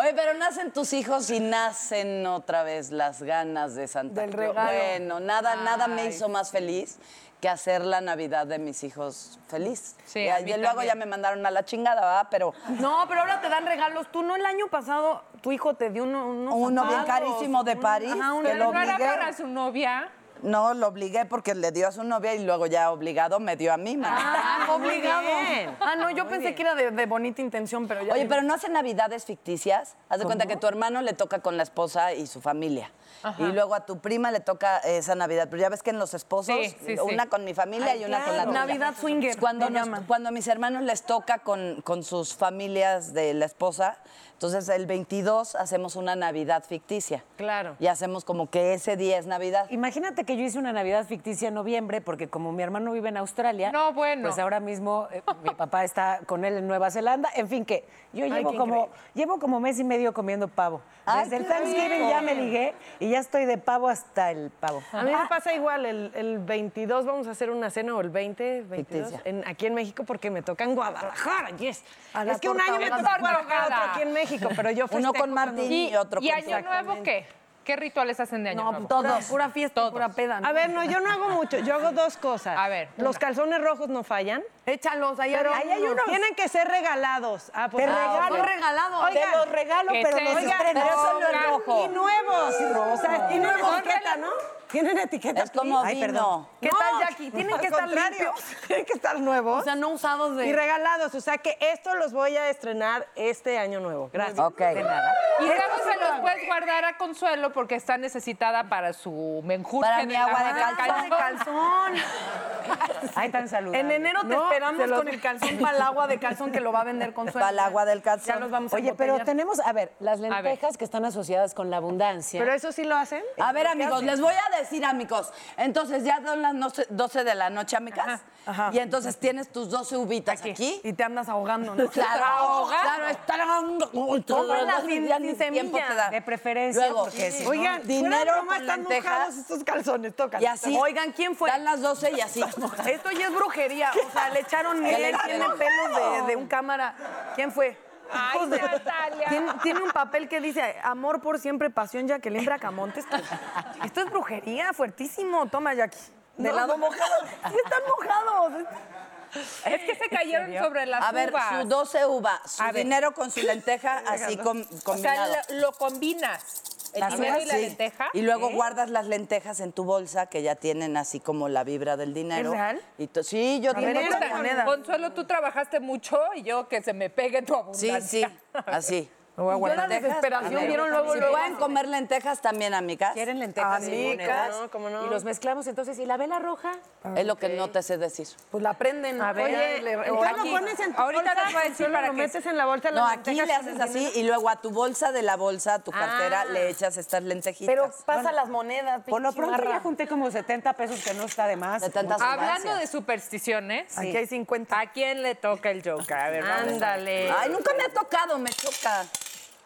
Speaker 4: Oye, pero nacen tus hijos y nacen otra vez las ganas de Santa
Speaker 2: Del
Speaker 4: Claus.
Speaker 2: regalo.
Speaker 4: Bueno, nada, nada me
Speaker 2: Ay.
Speaker 4: hizo más feliz que hacer la Navidad de mis hijos feliz.
Speaker 2: Sí,
Speaker 4: y
Speaker 2: a mí
Speaker 4: ayer luego
Speaker 2: también.
Speaker 4: ya me mandaron a la chingada, ¿verdad? Pero
Speaker 2: No, pero ahora te dan regalos. Tú no, el año pasado tu hijo te dio uno, unos
Speaker 4: Uno bien
Speaker 2: zapatos,
Speaker 4: carísimo de
Speaker 2: un-
Speaker 4: París,
Speaker 2: ajá, un-
Speaker 4: que lo
Speaker 2: Pero no era
Speaker 4: obligué.
Speaker 2: para
Speaker 5: su novia?
Speaker 4: No, lo obligué porque le dio a su novia y luego ya obligado me dio a mí. man.
Speaker 2: Ah,
Speaker 4: Muy
Speaker 2: obligado.
Speaker 4: bien.
Speaker 2: Ah, no, yo pensé que era de, de bonita intención, pero ya.
Speaker 4: Oye, pero no hace navidades ficticias. Haz de cuenta
Speaker 2: ¿Cómo?
Speaker 4: que tu hermano le toca con la esposa y su familia.
Speaker 2: Ajá.
Speaker 4: Y luego a tu prima le toca esa Navidad. Pero ya ves que en los esposos,
Speaker 2: Sí, sí, sí.
Speaker 4: una con mi familia
Speaker 2: Ay,
Speaker 4: y una con la
Speaker 2: claro.
Speaker 4: tuya.
Speaker 2: Navidad swinger,
Speaker 4: Cuando,
Speaker 2: le
Speaker 4: nos-
Speaker 2: llaman.
Speaker 4: cuando a mis hermanos les toca con, con sus familias de la esposa, entonces el 22 hacemos una Navidad ficticia.
Speaker 3: Claro.
Speaker 4: Y hacemos como que ese día es Navidad.
Speaker 3: Imagínate que yo hice una Navidad ficticia en noviembre, porque como mi hermano vive en Australia,
Speaker 5: No, bueno.
Speaker 3: pues ahora mismo eh, mi papá está con él en Nueva Zelanda. En fin, que yo
Speaker 5: Ay,
Speaker 3: llevo
Speaker 5: qué
Speaker 3: como llevo como mes y medio comiendo pavo.
Speaker 6: Ay,
Speaker 3: Desde el
Speaker 6: qué
Speaker 3: Thanksgiving
Speaker 6: rico.
Speaker 3: ya me ligué y ya estoy de pavo hasta el pavo. Ah.
Speaker 6: A mí me pasa igual, el, el 22 vamos a hacer una cena o el 20, 22,
Speaker 3: Ficticia.
Speaker 6: en- aquí en México porque me toca en Guadalajara, yes.
Speaker 3: A la
Speaker 6: Es que un año me
Speaker 3: torta
Speaker 6: toca en
Speaker 5: ahogada.
Speaker 6: Guadalajara, otro aquí en México, pero yo
Speaker 4: Uno con
Speaker 6: festejo cuando-
Speaker 4: Martín y otro
Speaker 5: ¿Y
Speaker 4: con
Speaker 5: Año Nuevo qué? ¿Qué rituales hacen de Año Nuevo?
Speaker 2: pues,
Speaker 6: Pura fiesta, pura peda. A ver, no, yo no hago mucho. Yo hago dos cosas. A ver. Los calzones rojos no fallan.
Speaker 2: Échalos, ahí
Speaker 6: pero
Speaker 2: hay unos.
Speaker 6: Tienen que ser regalados. Ah,
Speaker 2: Te regalo.
Speaker 6: son
Speaker 2: regalados.
Speaker 6: Oigan,
Speaker 2: Te los regalo,
Speaker 6: que
Speaker 2: pero
Speaker 6: se
Speaker 2: los
Speaker 6: oigan,
Speaker 2: estrenas.
Speaker 6: pero eso no es
Speaker 2: Oigan,
Speaker 6: rojo. Y nuevos.
Speaker 2: No.
Speaker 6: O sea, y nuevos.
Speaker 2: Son
Speaker 6: etiqueta, ¿no? Tienen etiqueta.
Speaker 4: Es como
Speaker 6: Ay,
Speaker 4: vino.
Speaker 6: perdón.
Speaker 2: ¿Qué tal, Jackie? Tienen
Speaker 6: al
Speaker 2: que estar
Speaker 6: contrario.
Speaker 2: limpios.
Speaker 6: Tienen que estar nuevos.
Speaker 2: O sea, no usados de-
Speaker 6: Y regalados. O sea, que esto los voy a estrenar este año nuevo. Gracias.
Speaker 4: Ok.
Speaker 6: De nada.
Speaker 5: Y
Speaker 6: Esto
Speaker 5: luego
Speaker 6: sí
Speaker 5: se
Speaker 6: lo
Speaker 5: los
Speaker 6: hago.
Speaker 5: puedes guardar a Consuelo porque está necesitada para su menjurje.
Speaker 4: Para mi agua de
Speaker 5: la-
Speaker 4: calzón.
Speaker 2: Calzón.
Speaker 3: Ay, tan saludable.
Speaker 2: En enero te
Speaker 3: No,
Speaker 2: esperamos
Speaker 3: se los-
Speaker 2: con el calzón para el agua de calzón que lo va a vender Consuelo.
Speaker 4: Para el agua del calzón.
Speaker 2: Ya los vamos a
Speaker 3: Oye, pero
Speaker 2: embotellar.
Speaker 3: tenemos, a ver, las lentejas que están asociadas con la abundancia.
Speaker 6: Pero eso sí lo hacen.
Speaker 4: A ver,
Speaker 6: ¿Qué
Speaker 4: amigos,
Speaker 6: hacen?
Speaker 4: les voy a decir, amigos. Entonces, ya son las 12, 12 de la noche, amigas. Y entonces tienes tus 12 uvitas aquí.
Speaker 2: Y te andas ahogando, ¿no?
Speaker 4: Claro, claro, están ahogando.
Speaker 2: Cómprala sin-
Speaker 4: Ya ni
Speaker 2: sin
Speaker 4: tiempo te
Speaker 2: semilla.
Speaker 4: da.
Speaker 3: De preferencia,
Speaker 4: Luego,
Speaker 3: porque si no-
Speaker 6: Oigan,
Speaker 4: dinero
Speaker 6: dinero no
Speaker 4: con
Speaker 6: están
Speaker 4: lentejas.
Speaker 6: mojados estos calzones. Tócalo.
Speaker 4: y así.
Speaker 2: Oigan, ¿quién fue?
Speaker 4: Dan las 12 y así.
Speaker 2: Esto ya es brujería. O sea, le echaron
Speaker 4: Ya le
Speaker 2: miel, tiene
Speaker 4: echaron.
Speaker 2: pelos de, de un cámara. ¿Quién fue?
Speaker 5: Ay,
Speaker 2: Hijos de-
Speaker 5: Natalia.
Speaker 2: Tiene, tiene un papel que dice amor por siempre, pasión Jacqueline Bracamontes. Esto es brujería fuertísimo. Toma, Jackie. De lado mojado. Sí están mojados.
Speaker 5: Es que se cayeron sobre las
Speaker 4: A ver,
Speaker 5: uvas.
Speaker 4: su 12 uva, su
Speaker 5: A ver.
Speaker 4: dinero con su lenteja, así com-
Speaker 5: O sea,
Speaker 4: combinado.
Speaker 5: lo, lo combinas. El
Speaker 4: Las
Speaker 5: dinero y
Speaker 4: uvas,
Speaker 5: la
Speaker 4: sí.
Speaker 5: lenteja.
Speaker 4: Y luego
Speaker 5: ¿Eh?
Speaker 4: guardas las lentejas en tu bolsa, que ya tienen así como la vibra del dinero.
Speaker 2: real?
Speaker 4: Y tú- sí, yo tengo
Speaker 5: Pero
Speaker 4: otra
Speaker 5: esta-
Speaker 4: moneda.
Speaker 5: Consuelo, tú trabajaste mucho y yo que se me pegue tu
Speaker 4: Sí,
Speaker 5: abundancia.
Speaker 4: sí, así.
Speaker 2: Yo la desesperación, vieron luego,
Speaker 4: Si
Speaker 2: luego. Ah,
Speaker 4: pueden comer lentejas también, amigas.
Speaker 3: ¿Quieren lentejas y
Speaker 2: Amigas.
Speaker 3: monedas?
Speaker 6: No, cómo no.
Speaker 3: Y los mezclamos entonces. ¿Y la vela roja?
Speaker 4: Es lo que no te sé decir.
Speaker 2: Pues la prenden.
Speaker 6: A ver,
Speaker 2: Oye,
Speaker 6: le-
Speaker 2: le-
Speaker 6: ¿en
Speaker 2: o
Speaker 6: qué lo
Speaker 2: aquí.
Speaker 6: pones en tu
Speaker 5: Ahorita
Speaker 6: bolsa?
Speaker 5: les voy a decir
Speaker 6: Solo
Speaker 5: para
Speaker 6: lo
Speaker 5: que-
Speaker 6: metes en la bolsa.
Speaker 4: No,
Speaker 6: las
Speaker 4: aquí
Speaker 6: lentejas
Speaker 4: le
Speaker 6: con
Speaker 4: haces
Speaker 6: el
Speaker 4: así
Speaker 6: dinero.
Speaker 4: y luego a tu bolsa de la bolsa, a tu cartera,
Speaker 6: Ah.
Speaker 4: le echas estas lentejitas.
Speaker 2: Pero pasa las monedas.
Speaker 3: Por lo
Speaker 2: pinche
Speaker 3: pronto
Speaker 2: marra.
Speaker 3: ya junté como 70 pesos que no está de más.
Speaker 4: De tantas
Speaker 5: Hablando
Speaker 4: sustancias.
Speaker 5: de supersticiones,
Speaker 2: Aquí hay 50.
Speaker 5: ¿a quién le toca el Joker? A ver, vamos a ver. Ah,
Speaker 6: Ándale.
Speaker 4: Ay, nunca me ha tocado, me choca.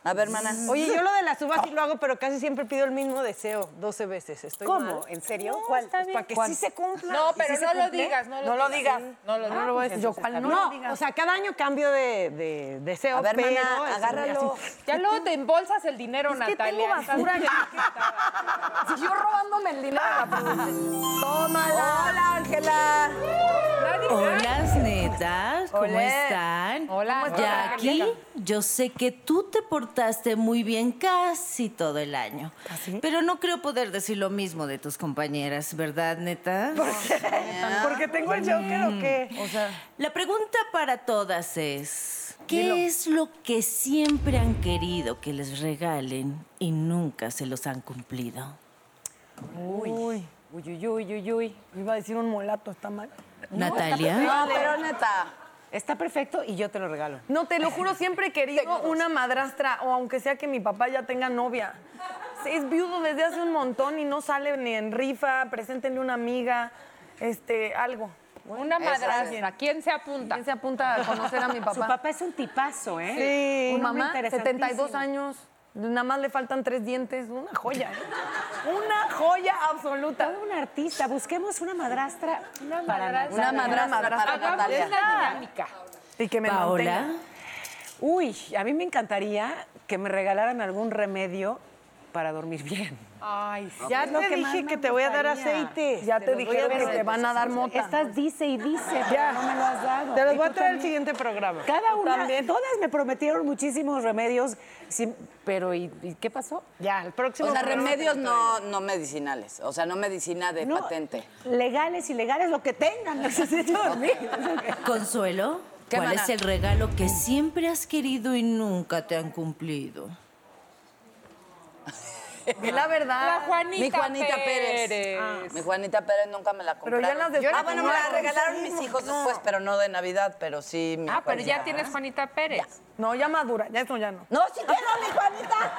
Speaker 4: A ver, hermana.
Speaker 6: Oye, yo lo de las uvas sí lo hago, pero casi siempre pido el mismo deseo 12 veces. Estoy
Speaker 3: ¿Cómo?
Speaker 6: mal.
Speaker 3: ¿En serio?
Speaker 6: No,
Speaker 3: ¿Cuál?
Speaker 6: está
Speaker 3: Pues
Speaker 6: bien.
Speaker 3: para que
Speaker 6: ¿Cuál?
Speaker 3: sí se cumpla.
Speaker 5: No,
Speaker 3: ¿Y
Speaker 5: pero
Speaker 3: sí se
Speaker 5: no lo
Speaker 3: cumple?
Speaker 5: digas, no lo,
Speaker 2: No lo digas.
Speaker 5: No lo
Speaker 2: Ah,
Speaker 5: digas.
Speaker 2: no lo voy a decir. Yo, ¿cuál? No lo digas.
Speaker 6: o sea, cada año cambio de, de deseo,
Speaker 4: A ver,
Speaker 6: pero...
Speaker 4: hermana,
Speaker 6: es-
Speaker 4: agárralo.
Speaker 5: Ya luego te embolsas el dinero,
Speaker 2: Es que
Speaker 5: Natalia.
Speaker 2: tengo basura aquí. Yo robándome el dinero. de la producción. Tómala. Hola, Ángela.
Speaker 5: Nadie-
Speaker 1: Hola, netas, ¿cómo
Speaker 2: Olé.
Speaker 1: están?
Speaker 5: Hola. ¿Cómo estás,
Speaker 1: Jackie,
Speaker 5: Angélica?
Speaker 1: yo sé que tú te portaste muy bien casi todo el año. Pero no creo poder decir lo mismo de tus compañeras, ¿verdad, neta?
Speaker 6: ¿Porque tengo el Joker o qué?
Speaker 1: La pregunta para todas es, ¿Qué es lo que siempre han querido que les regalen y nunca se los han cumplido?
Speaker 2: Uy. Uy, uy, uy, uy, uy. Iba a decir un molato, está mal.
Speaker 1: Natalia.
Speaker 4: No, pero neta.
Speaker 3: Está perfecto y yo te lo regalo.
Speaker 2: No, te lo juro, siempre he querido una madrastra, o aunque sea que mi papá ya tenga novia. Es viudo desde hace un montón y no sale ni en rifa, preséntenle una amiga, este, algo.
Speaker 5: Una madrastra. ¿Quién se apunta?
Speaker 2: ¿Quién se apunta a conocer a mi papá?
Speaker 3: Su papá es un tipazo, ¿eh?
Speaker 2: Sí,
Speaker 3: Un hombre
Speaker 2: mamá,
Speaker 3: interesantísimo.
Speaker 2: 72 años, nada más le faltan tres dientes, una joya. ¿eh? Una joya absoluta.
Speaker 3: Todo un artista. Busquemos una madrastra. Una madrastra.
Speaker 4: Una madrastra para
Speaker 5: Hagamos
Speaker 4: Natalia.
Speaker 5: una dinámica.
Speaker 2: Y que me
Speaker 1: Paola.
Speaker 2: mantenga.
Speaker 3: Uy, a mí me encantaría que me regalaran algún remedio para dormir bien.
Speaker 5: Ay, sí.
Speaker 6: Ya te
Speaker 3: que más
Speaker 6: dije
Speaker 3: me
Speaker 6: que te voy a dar
Speaker 3: gustaría.
Speaker 6: aceite.
Speaker 2: Ya te
Speaker 6: los voy a
Speaker 2: dijeron que
Speaker 6: dar.
Speaker 2: te van a dar mota.
Speaker 3: Estas dice y dice, pero no me lo has dado.
Speaker 6: Te los
Speaker 3: Y
Speaker 6: voy a
Speaker 3: tú
Speaker 6: traer al
Speaker 3: también.
Speaker 6: siguiente programa.
Speaker 3: Cada una,
Speaker 6: También.
Speaker 3: todas me prometieron muchísimos remedios, sí, pero ¿y, y qué pasó?
Speaker 6: Ya, el próximo.
Speaker 4: O sea,
Speaker 6: programa
Speaker 4: remedios
Speaker 6: te lo
Speaker 4: no, no medicinales. O sea, no medicina de
Speaker 3: No,
Speaker 4: patente.
Speaker 3: Legales, ilegales, lo que tengan, necesito dormir.
Speaker 1: Consuelo,
Speaker 4: ¿Qué,
Speaker 1: ¿cuál
Speaker 4: maná?
Speaker 1: es el regalo que siempre has querido y nunca te han cumplido?
Speaker 2: Di la
Speaker 5: La
Speaker 2: verdad.
Speaker 5: Juanita,
Speaker 4: Mi Juanita Pérez. Mi Juanita Pérez nunca me la
Speaker 2: Pero
Speaker 4: compraron.
Speaker 2: ya las de- Yo
Speaker 4: Ah,
Speaker 2: la
Speaker 4: bueno, me
Speaker 2: tenía,
Speaker 4: la regalaron mis hijos después, pero no de Navidad, pero sí mi
Speaker 5: Ah, pero
Speaker 4: Juanita.
Speaker 5: ya tienes Juanita Pérez.
Speaker 2: No, ya madura, ya eso ya no.
Speaker 4: No, sí quiero a mi Juanita.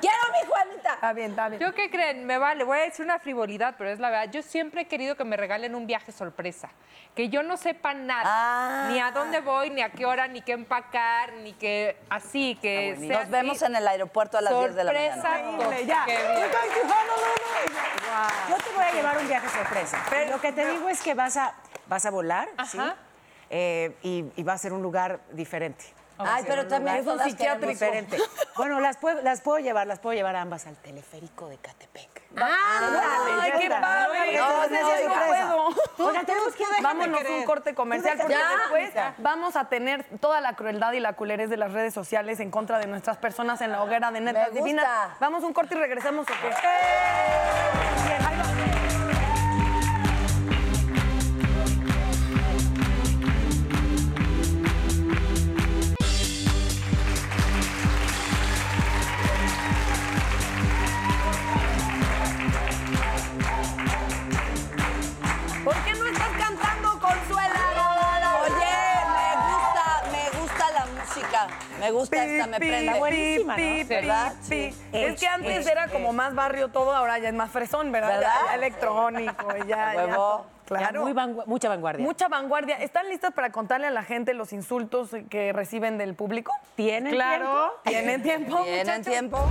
Speaker 4: Quiero a mi Juanita.
Speaker 2: Está bien, está bien.
Speaker 5: ¿Yo qué creen? Me vale, voy a decir una frivolidad, pero es la verdad. Yo siempre he querido que me regalen un viaje sorpresa. Que yo no sepa nada.
Speaker 4: Ah.
Speaker 5: Ni a dónde voy, ni a qué hora, ni qué empacar, ni que así, que sea
Speaker 4: Nos vemos
Speaker 5: así.
Speaker 4: en el aeropuerto a las 10 de la mañana.
Speaker 5: Sorpresa.
Speaker 6: Increíble, ya.
Speaker 5: Qué bien.
Speaker 6: We're going to Honolulu.
Speaker 3: Yo te voy a llevar un viaje sorpresa. lo que te digo es que vas a, vas a volar, ¿sí?
Speaker 5: Ajá.
Speaker 3: Eh, y, y va a ser un lugar diferente.
Speaker 4: Ay, pero también es un psiquiátrico.
Speaker 3: Diferente. Bueno, las puedo, las puedo llevar, las puedo llevar ambas al teleférico de Catepec.
Speaker 4: Ah,
Speaker 2: ¡Ay,
Speaker 3: ya
Speaker 2: qué
Speaker 3: está.
Speaker 2: padre!
Speaker 3: No,
Speaker 2: No,
Speaker 3: no, no,
Speaker 2: no,
Speaker 3: no
Speaker 2: puedo.
Speaker 3: Oigan, tenemos que déjate
Speaker 2: Vámonos
Speaker 3: querer.
Speaker 2: un corte comercial
Speaker 3: Tú
Speaker 2: porque
Speaker 3: déjate
Speaker 2: después
Speaker 3: querer.
Speaker 2: vamos a tener toda la crueldad y la culerez de las redes sociales en contra de nuestras personas en la hoguera de Netas
Speaker 4: gusta.
Speaker 2: Divinas. Vamos un corte y regresamos, ¿o qué?
Speaker 4: ¿Por qué no estás cantando, Consuela? Oye, me gusta, me gusta la música. Me gusta esta, me
Speaker 2: Pi,
Speaker 4: prende.
Speaker 2: pi,
Speaker 3: buenísima, ¿no?
Speaker 2: pi,
Speaker 4: ¿Verdad?
Speaker 2: pi, pi.
Speaker 4: Sí.
Speaker 2: Es que antes era como más barrio todo, ahora ya es más fresón, ¿verdad?
Speaker 4: ¿Verdad?
Speaker 2: Ya, ya electrónico, ya, ya.
Speaker 4: Huevo.
Speaker 3: Ya,
Speaker 2: Claro.
Speaker 3: muy vangu- mucha vanguardia.
Speaker 2: Mucha vanguardia. ¿Están listas para contarle a la gente los insultos que reciben del público?
Speaker 3: ¿Tienen
Speaker 2: Claro. ¿Tienen tiempo?
Speaker 4: ¿Tienen
Speaker 2: muchachos?
Speaker 4: tiempo?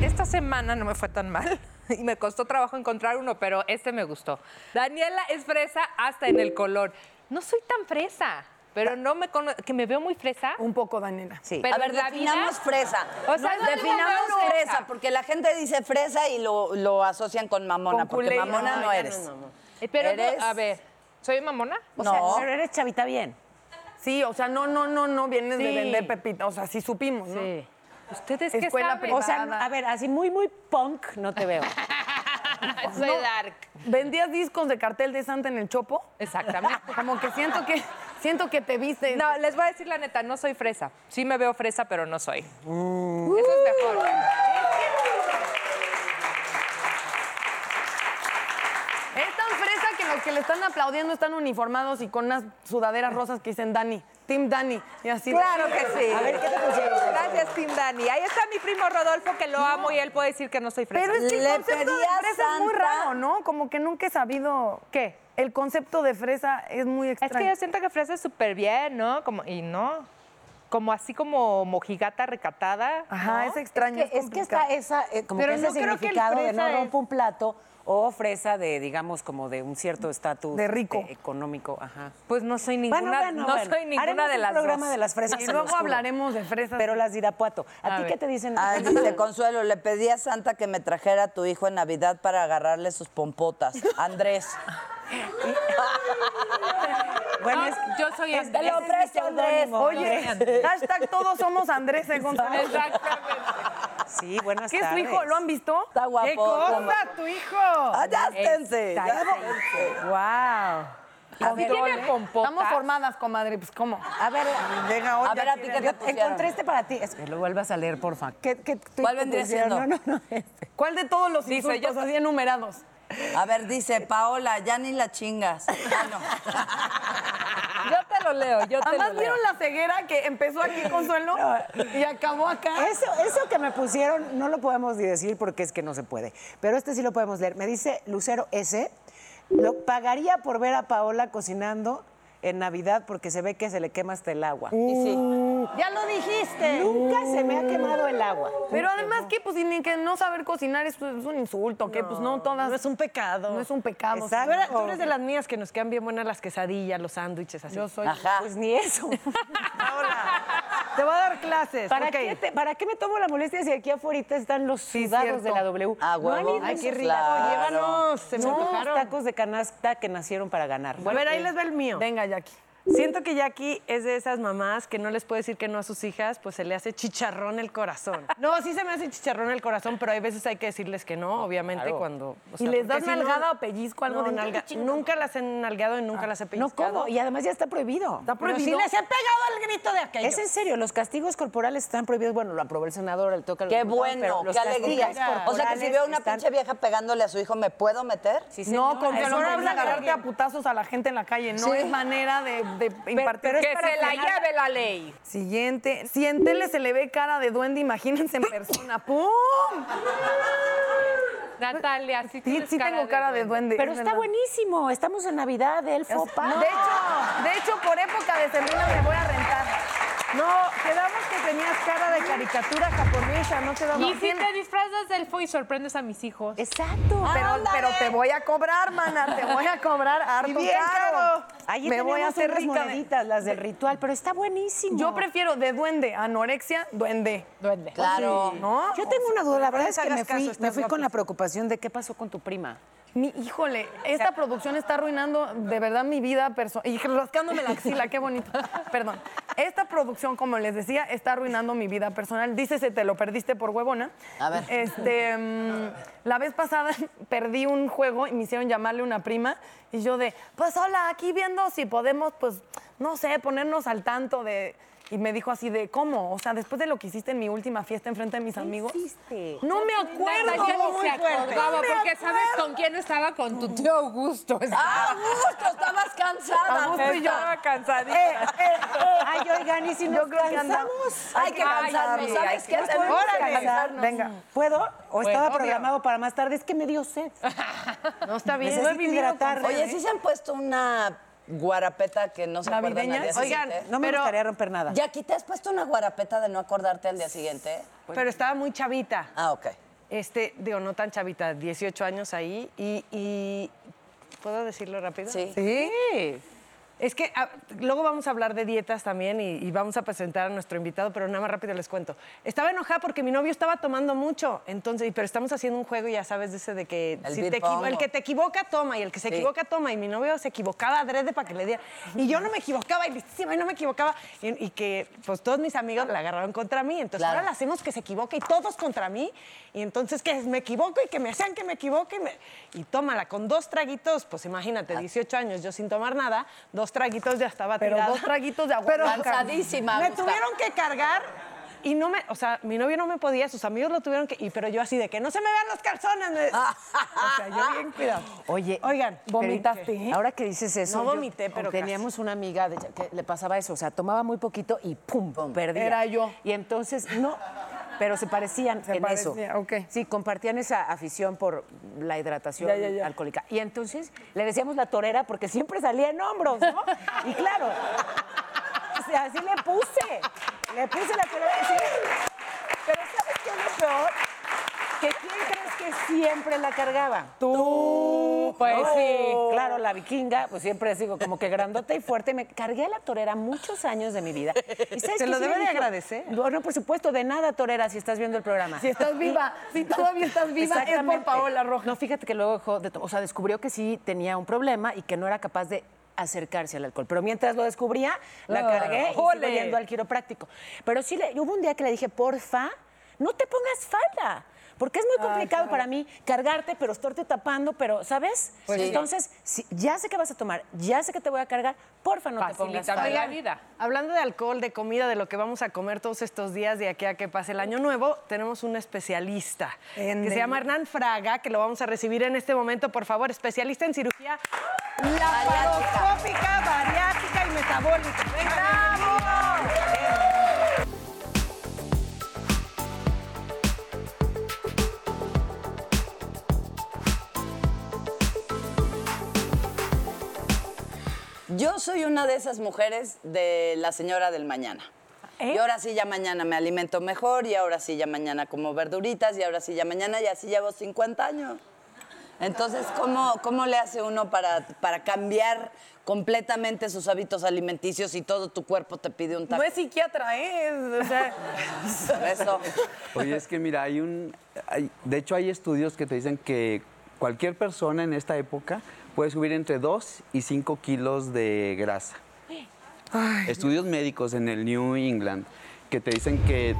Speaker 5: Esta semana no me fue tan mal y me costó trabajo encontrar uno, pero este me gustó. Daniela es fresa hasta en el color. No soy tan fresa, pero no me cono- que me veo muy fresa.
Speaker 2: Un poco, Daniela.
Speaker 3: Sí.
Speaker 5: Pero
Speaker 4: a ver,
Speaker 5: en la vida-
Speaker 4: definamos fresa.
Speaker 5: O sea, no digo
Speaker 4: definamos
Speaker 5: no
Speaker 4: fresa,
Speaker 5: fresa.
Speaker 4: porque la gente dice fresa y lo, lo asocian con mamona,
Speaker 2: Con
Speaker 4: porque
Speaker 2: culé,
Speaker 4: mamona
Speaker 2: no,
Speaker 4: no,
Speaker 2: ya no,
Speaker 4: eres.
Speaker 2: no,
Speaker 5: Eh, Pero no-
Speaker 4: Eres-
Speaker 5: a ver, ¿soy mamona?
Speaker 3: O
Speaker 4: No.
Speaker 3: sea, pero eres chavita bien.
Speaker 2: Sí, o sea, no, no, no, no vienes de
Speaker 5: Sí.
Speaker 2: vender pepita. O sea, sí supimos, ¿no?
Speaker 5: Ustedes qué
Speaker 2: Escuela
Speaker 5: saben.
Speaker 2: privada.
Speaker 3: O sea, a ver, así muy, muy punk no te veo.
Speaker 4: Oh,
Speaker 5: soy dark.
Speaker 2: ¿Vendías discos de cartel de Santa en el Chopo?
Speaker 5: Exactamente.
Speaker 2: Como que siento que siento que te viste.
Speaker 5: No, les voy a decir la neta, no soy fresa. Sí me veo fresa, pero no soy.
Speaker 2: Uh.
Speaker 5: Eso es mejor.
Speaker 2: Es tan fresa que los que le están aplaudiendo están uniformados y con unas sudaderas rosas que dicen Dani, Team Dani. Y así.
Speaker 5: Claro que sí.
Speaker 2: A ver, ¿qué te pusieron?
Speaker 5: Gracias, Tim Dani. Ahí está mi primo Rodolfo, que lo amo y él puede decir que no soy fresa.
Speaker 2: Pero es que el
Speaker 4: Le
Speaker 2: concepto de
Speaker 4: pedí a
Speaker 2: fresa es muy
Speaker 4: Santa-
Speaker 2: raro, ¿no? Como que nunca he sabido. ¿Qué? El concepto de fresa es muy
Speaker 5: Es que
Speaker 2: extraño.
Speaker 5: yo siento que fresa es súper bien, ¿no? Como, y no. Como así como mojigata recatada.
Speaker 2: Ajá,
Speaker 5: ¿no?
Speaker 2: es extraño.
Speaker 3: Es que, es que está esa, eh, como
Speaker 5: Pero
Speaker 3: que ese
Speaker 5: no creo que el
Speaker 3: significado de no
Speaker 5: fresa es-
Speaker 3: rompo un plato o fresa de, digamos, como de un cierto estatus
Speaker 2: De rico.
Speaker 3: este, económico. Ajá.
Speaker 5: Pues no soy ninguna, no soy ninguna
Speaker 3: Haremos
Speaker 5: de
Speaker 3: un
Speaker 5: las
Speaker 3: programa
Speaker 5: dos.
Speaker 3: de las fresas.
Speaker 2: Y
Speaker 3: se los
Speaker 2: luego
Speaker 3: juro.
Speaker 2: hablaremos de fresas.
Speaker 3: Pero las de Irapuato. ¿A, ti
Speaker 5: ver.
Speaker 3: qué te dicen?
Speaker 4: Ay, dice Consuelo, le pedí a Santa que me trajera a tu hijo en Navidad para agarrarle sus pompotas. Andrés.
Speaker 3: bueno,
Speaker 5: No,
Speaker 2: Ah,
Speaker 3: es-
Speaker 5: yo soy
Speaker 3: es-
Speaker 5: Andrés.
Speaker 3: ese es mi
Speaker 4: Ofrece, Andrés.
Speaker 3: seudónimo.
Speaker 2: Oye, hashtag todos somos Andrés eh, González.
Speaker 5: Exactamente.
Speaker 3: Sí, buenas
Speaker 2: ¿Qué es tu
Speaker 3: tardes.
Speaker 2: hijo? ¿Lo han visto?
Speaker 4: Está guapo.
Speaker 2: ¿Qué
Speaker 4: está
Speaker 2: cosa,
Speaker 4: guapo.
Speaker 2: tu hijo?
Speaker 4: Adástense.
Speaker 5: Exacto.
Speaker 4: ya.
Speaker 2: ¡Wow! A ver,
Speaker 3: tiene compotas?
Speaker 2: Estamos formadas, comadre, pues ¿cómo?
Speaker 3: A ver,
Speaker 2: Venga, hoy ya
Speaker 3: a ver, a ti
Speaker 2: quieren.
Speaker 3: que
Speaker 2: Yo
Speaker 3: te
Speaker 2: te
Speaker 3: encontré este para ti. Es que lo vuelvas a leer, porfa. ¿Qué, qué tweet
Speaker 4: ¿Cuál
Speaker 3: te
Speaker 4: vendría
Speaker 3: pusieron?
Speaker 4: siendo?
Speaker 3: No, no, no. este.
Speaker 2: ¿Cuál de todos los
Speaker 4: Dice,
Speaker 2: insultos así enumerados?
Speaker 4: A ver, dice Paola, ya ni la chingas.
Speaker 5: Yo te lo leo, yo te
Speaker 2: Además,
Speaker 5: lo leo.
Speaker 2: ¿vieron la ceguera que empezó aquí Consuelo y acabó acá?
Speaker 3: Eso, eso que me pusieron no lo podemos ni decir porque es que no se puede. Pero este sí lo podemos leer. Me dice Lucero S. Lo pagaría por ver a Paola cocinando en Navidad porque se ve que se le quema hasta el agua.
Speaker 6: Mm.
Speaker 2: Ya lo dijiste.
Speaker 3: Nunca se me ha quemado el agua.
Speaker 2: Pero además que pues ni que no saber cocinar es, es un insulto, que pues no todas.
Speaker 6: No es un pecado.
Speaker 2: No es un pecado.
Speaker 6: Exacto. Tú eres- Tú eres
Speaker 2: de
Speaker 6: de las mías que nos quedan bien buenas las quesadillas, los sándwiches, así.
Speaker 2: Yo soy-
Speaker 4: Ajá.
Speaker 6: Pues ni eso. Paola, te voy a dar clases.
Speaker 3: ¿Para,
Speaker 6: ok.
Speaker 3: qué te- ¿Para qué me tomo la molestia si aquí afuera están los sudados
Speaker 6: cierto.
Speaker 3: de la W?
Speaker 4: Ah,
Speaker 3: ¿No han
Speaker 4: huevo.
Speaker 3: ido
Speaker 4: Ay,
Speaker 3: esos
Speaker 4: qué rico.
Speaker 3: lados?
Speaker 6: Llévanos, se me
Speaker 3: No,
Speaker 6: antojaron.
Speaker 3: tacos de canasta que nacieron para ganar.
Speaker 6: A ver, ahí les va el mío.
Speaker 2: Venga, Jackie.
Speaker 6: Siento que Jackie es de esas mamás que no les puede decir que no a sus hijas, pues se le hace chicharrón el corazón. No, sí se me hace chicharrón el corazón, pero hay veces hay que decirles que no, obviamente, cuando... o sea,
Speaker 2: ¿Y les
Speaker 6: porque
Speaker 2: das
Speaker 6: si no-
Speaker 2: nalgada o pellizco algo
Speaker 6: No,
Speaker 2: de
Speaker 6: nalga- Nunca las he nalgado y
Speaker 2: Ah,
Speaker 6: nunca las he
Speaker 3: No,
Speaker 6: pellizcado.
Speaker 3: ¿cómo? Y además ya está prohibido.
Speaker 6: Está prohibido. les he pegado el grito de aquello.
Speaker 3: Es en serio, los castigos corporales están prohibidos. Bueno, lo aprobó el senador, el toca
Speaker 4: Qué bueno, qué alegría. O sea que si veo una pinche vieja pegándole a su hijo, ¿me puedo meter?
Speaker 2: No, con que
Speaker 3: eso
Speaker 2: no
Speaker 3: no
Speaker 2: vas
Speaker 3: obliga
Speaker 2: a
Speaker 3: a
Speaker 2: agarrarte a
Speaker 3: alguien.
Speaker 2: putazos a la gente en la calle. No
Speaker 4: Sí.
Speaker 2: es manera de, de impartir.
Speaker 3: pero es
Speaker 5: Que se la lleve la ley.
Speaker 2: Siguiente. Si en tele se le ve cara de duende, imagínense en persona. ¡Pum!
Speaker 5: Natalia, sí,
Speaker 2: Sí,
Speaker 5: tienes
Speaker 2: sí tengo cara de duende.
Speaker 3: Pero
Speaker 2: es
Speaker 3: está
Speaker 2: verdad.
Speaker 3: buenísimo. Estamos en Navidad, elfo,
Speaker 2: De hecho, de hecho, por época de sembrina me voy a rentar.
Speaker 6: No, quedamos que tenías cara de caricatura japonesa, no quedamos...
Speaker 5: Y si te disfrazas de elfo y sorprendes a mis hijos.
Speaker 3: Exacto.
Speaker 2: Pero,
Speaker 4: Ándale.
Speaker 2: pero te voy a cobrar, mana, te voy a cobrar harto
Speaker 6: Y bien
Speaker 2: caro.
Speaker 6: caro.
Speaker 3: Ahí
Speaker 2: me voy a hacer
Speaker 3: unas
Speaker 2: rica. de-
Speaker 3: moneditas, las del ritual, pero está buenísimo.
Speaker 2: Yo prefiero de duende, anorexia, duende. Duende.
Speaker 4: Claro.
Speaker 2: ¿No?
Speaker 3: Yo tengo una duda, la verdad
Speaker 6: no
Speaker 3: es
Speaker 6: les
Speaker 3: que me
Speaker 6: hagas
Speaker 3: fui,
Speaker 6: caso,
Speaker 3: me
Speaker 6: estás
Speaker 3: fui con
Speaker 6: guapos.
Speaker 3: la preocupación de qué pasó con tu prima.
Speaker 2: Mi, híjole, esta producción está arruinando de verdad mi vida personal. Y rascándome la axila, qué bonito. Perdón. Esta producción, como les decía, está arruinando mi vida personal. Dícese, te lo perdiste por huevona.
Speaker 4: A ver.
Speaker 2: Este, mm, la vez pasada perdí un juego y me hicieron llamarle una prima. Y yo de, pues hola, aquí viendo si podemos, pues, no sé, ponernos al tanto de. Y me dijo así de, ¿cómo? O sea, después de lo que hiciste en mi última fiesta enfrente de mis amigos.
Speaker 3: hiciste?
Speaker 2: No me acuerdo.
Speaker 5: Natalia ni se
Speaker 2: Muy fuerte.
Speaker 5: acordaba,
Speaker 2: No me
Speaker 5: porque ¿sabes con quién estaba? Con tu tío Augusto.
Speaker 4: ¡Ah, Augusto! Estabas cansada.
Speaker 2: Augusto y yo.
Speaker 4: Estaba
Speaker 2: Eh, eh, eh.
Speaker 3: Ay, oigan, y si
Speaker 2: Yo
Speaker 3: nos
Speaker 2: creo que anda-
Speaker 3: cansamos?
Speaker 4: Hay que cansarnos, ¿sabes qué?
Speaker 3: Nos podemos
Speaker 4: Órale.
Speaker 3: cansar.
Speaker 2: Venga.
Speaker 3: ¿Puedo? ¿O estaba
Speaker 5: obvio.
Speaker 3: programado para más tarde? Es que me dio sed.
Speaker 2: No está bien.
Speaker 3: Necesito hidratarme.
Speaker 4: Oye, sí se han puesto una guarapeta que no se acuerdan al
Speaker 2: ¿Navideña?
Speaker 4: día
Speaker 6: Oigan,
Speaker 4: siguiente.
Speaker 3: No me
Speaker 6: Pero-
Speaker 3: gustaría romper nada.
Speaker 4: Jackie, ¿te has puesto una guarapeta de no acordarte al día siguiente?
Speaker 6: Pero estaba muy chavita.
Speaker 4: Ah, ok.
Speaker 6: Este, digo, no tan chavita, 18 años ahí y... y- ¿Puedo decirlo rápido?
Speaker 4: Sí.
Speaker 6: Sí. Es que a- luego vamos a hablar de dietas también y, y vamos a presentar a nuestro invitado, pero nada más rápido les cuento. Estaba enojada porque mi novio estaba tomando mucho, entonces, y- pero estamos haciendo un juego, ya sabes, de ese de que
Speaker 4: El
Speaker 6: si
Speaker 4: beer
Speaker 6: te equivo-
Speaker 4: pong.
Speaker 6: el que te equivoca toma y el que se
Speaker 4: Sí.
Speaker 6: equivoca toma y mi novio se equivocaba adrede para que le diera. Y yo no me equivocaba y listísima, y no me equivocaba y, y que pues todos mis amigos la agarraron contra mí, entonces
Speaker 4: Claro.
Speaker 6: ahora la hacemos que se equivoque y todos contra mí. Y entonces que me equivoco y que me hacían que me equivoque. Y, me- y tómala, con dos traguitos, pues imagínate, 18 años yo sin tomar nada, dos traguitos ya estaba
Speaker 2: Pero
Speaker 6: tirada.
Speaker 2: dos traguitos de agua
Speaker 6: Pero
Speaker 2: blanca.
Speaker 4: Cansadísima,
Speaker 6: Me
Speaker 4: Gustavo.
Speaker 6: tuvieron que cargar y no me, o sea, mi novio no me podía, sus amigos lo tuvieron que, y, pero yo así de que no se me vean los calzones. me- o sea, yo bien cuidado.
Speaker 3: Oye,
Speaker 6: Oigan,
Speaker 2: ¿vomitaste? ¿eh?
Speaker 6: ¿qué?
Speaker 3: Ahora que dices eso.
Speaker 6: No
Speaker 3: yo-
Speaker 6: vomité, pero
Speaker 3: Teníamos una amiga de- que le pasaba eso, o sea, tomaba muy poquito y pum, perdía.
Speaker 2: Era yo.
Speaker 3: Y entonces, no, pero se parecían
Speaker 2: Se
Speaker 3: en
Speaker 2: parecía,
Speaker 3: eso.
Speaker 2: ok.
Speaker 3: Sí, compartían esa afición por la hidratación
Speaker 2: Ya, ya, ya.
Speaker 3: alcohólica. Y entonces le decíamos la torera porque siempre salía en hombros, ¿no? Y claro, o sea, así le puse. Le puse la torera. sí. Pero ¿sabes qué es lo peor? ¿Que quién crees que siempre la cargaba? Tú.
Speaker 5: Pues sí.
Speaker 3: Claro, la vikinga, pues siempre digo, como que grandota y fuerte. Me cargué a la torera muchos años de mi vida. ¿Y sabes
Speaker 6: Se
Speaker 3: qué?
Speaker 6: lo
Speaker 3: Sí le
Speaker 6: debe de
Speaker 3: dije,
Speaker 6: agradecer.
Speaker 3: No, no, por supuesto, de nada, torera, si estás viendo el programa.
Speaker 2: Si estás viva, si todavía estás viva, es por
Speaker 3: Exactamente.
Speaker 2: Paola Roja.
Speaker 3: No, fíjate que luego dejó de to- O sea, descubrió que sí tenía un problema y que no era capaz de acercarse al alcohol. Pero mientras lo descubría, la
Speaker 6: Ah,
Speaker 5: Claro.
Speaker 3: cargué y
Speaker 5: ¡Ole!
Speaker 3: sigo yendo al quiropráctico. Pero sí, le, hubo un día que le dije, porfa, no te pongas falda. Porque es
Speaker 6: Ah,
Speaker 3: muy complicado para mí cargarte, pero estarte tapando, pero, ¿sabes?
Speaker 4: Pues sí.
Speaker 3: Entonces, si- ya sé que vas a tomar, ya sé que te voy a cargar, porfa, no te pongas.
Speaker 5: Facilítame la
Speaker 3: tal.
Speaker 5: vida.
Speaker 6: Hablando de alcohol, de comida, de lo que vamos a comer todos estos días de aquí a que pase el año nuevo, tenemos un especialista
Speaker 2: En
Speaker 6: que
Speaker 2: el-
Speaker 6: se llama Hernán Fraga, que lo vamos a recibir en este momento, por favor, especialista en cirugía laparoscópica, bariátrica y metabólica. Venga, bienvenido.
Speaker 4: Yo soy una de esas mujeres de la señora del mañana.
Speaker 2: ¿Eh?
Speaker 4: Y ahora sí ya mañana me alimento mejor, y ahora sí ya mañana como verduritas, y ahora sí ya mañana, y así llevo 50 años. Entonces, ¿cómo, cómo le hace uno para, para cambiar completamente sus hábitos alimenticios y todo tu cuerpo te pide un
Speaker 2: No
Speaker 4: taco?
Speaker 2: es psiquiatra, ¿eh? Es, o sea,
Speaker 4: Eso.
Speaker 12: Oye, es que mira, hay un. hay- de hecho, hay estudios que te dicen que cualquier persona en esta época puede subir entre 2 y 5 kilos de grasa. estudios médicos en el New England que te dicen que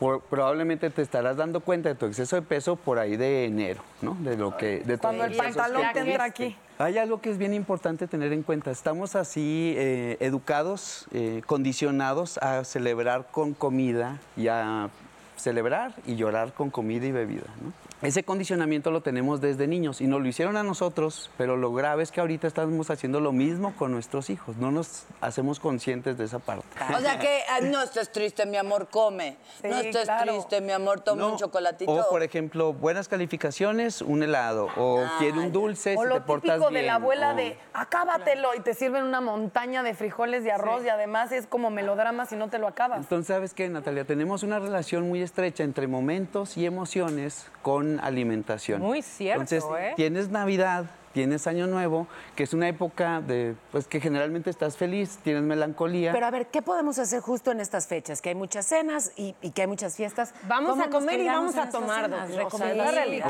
Speaker 12: por- probablemente te estarás dando cuenta de tu exceso de peso por ahí de enero, ¿no? De lo que. De tus
Speaker 2: cuando el
Speaker 12: excesos
Speaker 2: pantalón
Speaker 12: que
Speaker 2: te entra
Speaker 12: tuviste.
Speaker 2: aquí.
Speaker 12: Hay algo que es bien importante tener en cuenta. Estamos así eh, educados, eh, condicionados a celebrar con comida y a celebrar y llorar con comida y bebida. ¿no? Ese condicionamiento lo tenemos desde niños y nos lo hicieron a nosotros, pero lo grave es que ahorita estamos haciendo lo mismo con nuestros hijos. No nos hacemos conscientes de esa parte.
Speaker 4: O sea que, ay, no estés triste, mi amor, come. no
Speaker 2: Sí,
Speaker 4: estés
Speaker 2: claro.
Speaker 4: triste, mi amor, toma
Speaker 12: No,
Speaker 4: un chocolatito.
Speaker 12: O, por ejemplo, buenas calificaciones, un helado.
Speaker 4: Ah,
Speaker 12: O quiere un dulce,
Speaker 2: O
Speaker 12: si
Speaker 2: lo
Speaker 12: te portas
Speaker 2: típico de
Speaker 12: bien,
Speaker 2: la abuela
Speaker 12: o-
Speaker 2: de acábatelo y te sirven una montaña de frijoles de arroz y además es como melodrama si no te lo acabas.
Speaker 12: Entonces, ¿sabes qué, Natalia? Tenemos una relación muy estrecha entre momentos y emociones con alimentación.
Speaker 5: Muy cierto,
Speaker 12: Entonces,
Speaker 5: ¿eh?
Speaker 12: tienes Navidad, tienes Año Nuevo, que es una época de, pues, que generalmente estás feliz, tienes melancolía.
Speaker 3: Pero a ver, ¿qué podemos hacer justo en estas fechas? Que hay muchas cenas y, y que hay muchas fiestas.
Speaker 6: Vamos
Speaker 3: ¿Cómo
Speaker 6: a
Speaker 3: nos
Speaker 6: comer y
Speaker 3: cuidamos
Speaker 6: vamos a
Speaker 3: en estas
Speaker 6: tomar,
Speaker 3: cenas?
Speaker 6: doctor. O sea,
Speaker 3: Sí.
Speaker 6: es la realidad.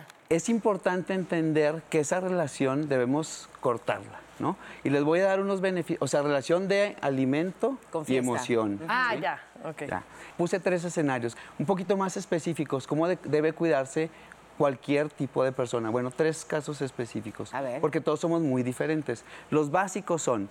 Speaker 12: Ok. Es importante entender que esa relación debemos cortarla, ¿no? Y les voy a dar unos beneficios, o sea, relación de alimento
Speaker 3: Con
Speaker 12: y
Speaker 3: fiesta.
Speaker 12: emoción.
Speaker 6: Ah, ya, ok.
Speaker 12: Ya. Puse tres escenarios, un poquito más específicos, cómo de- debe cuidarse cualquier tipo de persona. Bueno, tres casos específicos,
Speaker 3: A ver.
Speaker 12: porque todos somos muy diferentes. Los básicos son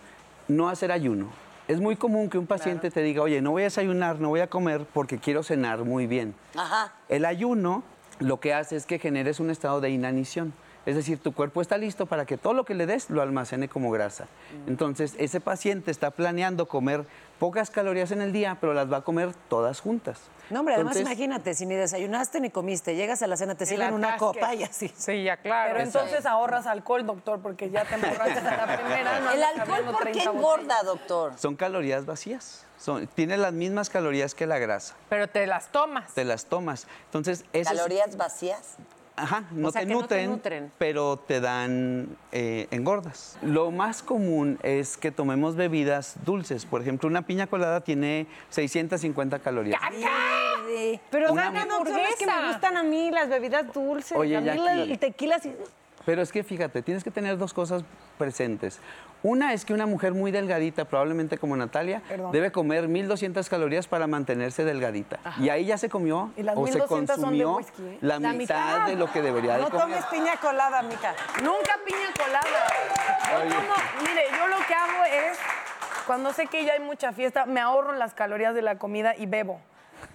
Speaker 12: no hacer ayuno. Es muy común que un paciente te diga, oye, no voy a desayunar, no voy a comer porque quiero cenar muy bien.
Speaker 4: Ajá.
Speaker 12: El ayuno lo que hace es que generes un estado de inanición. Es decir, tu cuerpo está listo para que todo lo que le des lo almacene como grasa.
Speaker 6: Mm.
Speaker 12: Entonces, ese paciente está planeando comer pocas calorías en el día, pero las va a comer todas juntas.
Speaker 3: No, hombre, además
Speaker 12: Entonces,
Speaker 3: imagínate, si ni desayunaste ni comiste, llegas a la cena, te sirven una
Speaker 6: atasque.
Speaker 3: copa y así.
Speaker 5: Sí, ya claro.
Speaker 2: Pero entonces ahorras alcohol, doctor, porque ya te emborrachas a la primera. no
Speaker 4: El
Speaker 2: andas
Speaker 4: alcohol,
Speaker 2: abriendo
Speaker 4: ¿por qué
Speaker 2: 30
Speaker 4: engorda, doctor?
Speaker 12: Son calorías vacías. Son, tiene las mismas calorías que la grasa.
Speaker 5: Pero te las tomas.
Speaker 12: Te las tomas. Entonces, eso es-
Speaker 4: ¿Calorías vacías?
Speaker 12: Ajá, no,
Speaker 3: sea,
Speaker 12: te
Speaker 3: que no te
Speaker 12: nutren,
Speaker 3: nutren.
Speaker 12: pero te dan eh, engordas. Lo más común es que tomemos bebidas dulces. Por ejemplo, una piña colada tiene 650 calorías.
Speaker 6: Pero
Speaker 12: Una
Speaker 6: dame opciones que me
Speaker 5: hamburguesa.
Speaker 6: gustan a mí, las bebidas dulces,
Speaker 12: Oye,
Speaker 6: a mí la-
Speaker 12: Jackie.
Speaker 6: el tequila. sí.
Speaker 12: Pero es que fíjate, tienes que tener dos cosas presentes. Una es que una mujer muy delgadita, probablemente como Natalia, debe comer 1200 calorías para mantenerse delgadita. Y ahí ya se comió
Speaker 2: Y las
Speaker 12: o se
Speaker 2: 1200 son de
Speaker 12: consumió
Speaker 2: whisky, ¿eh?
Speaker 12: la, mitad, de lo que debería de
Speaker 6: No
Speaker 12: comer.
Speaker 6: tomes piña colada, mija.
Speaker 2: Nunca piña colada. Yo tomo- mire, yo lo que hago es, cuando sé que ya hay mucha fiesta, me ahorro las calorías de la comida y bebo.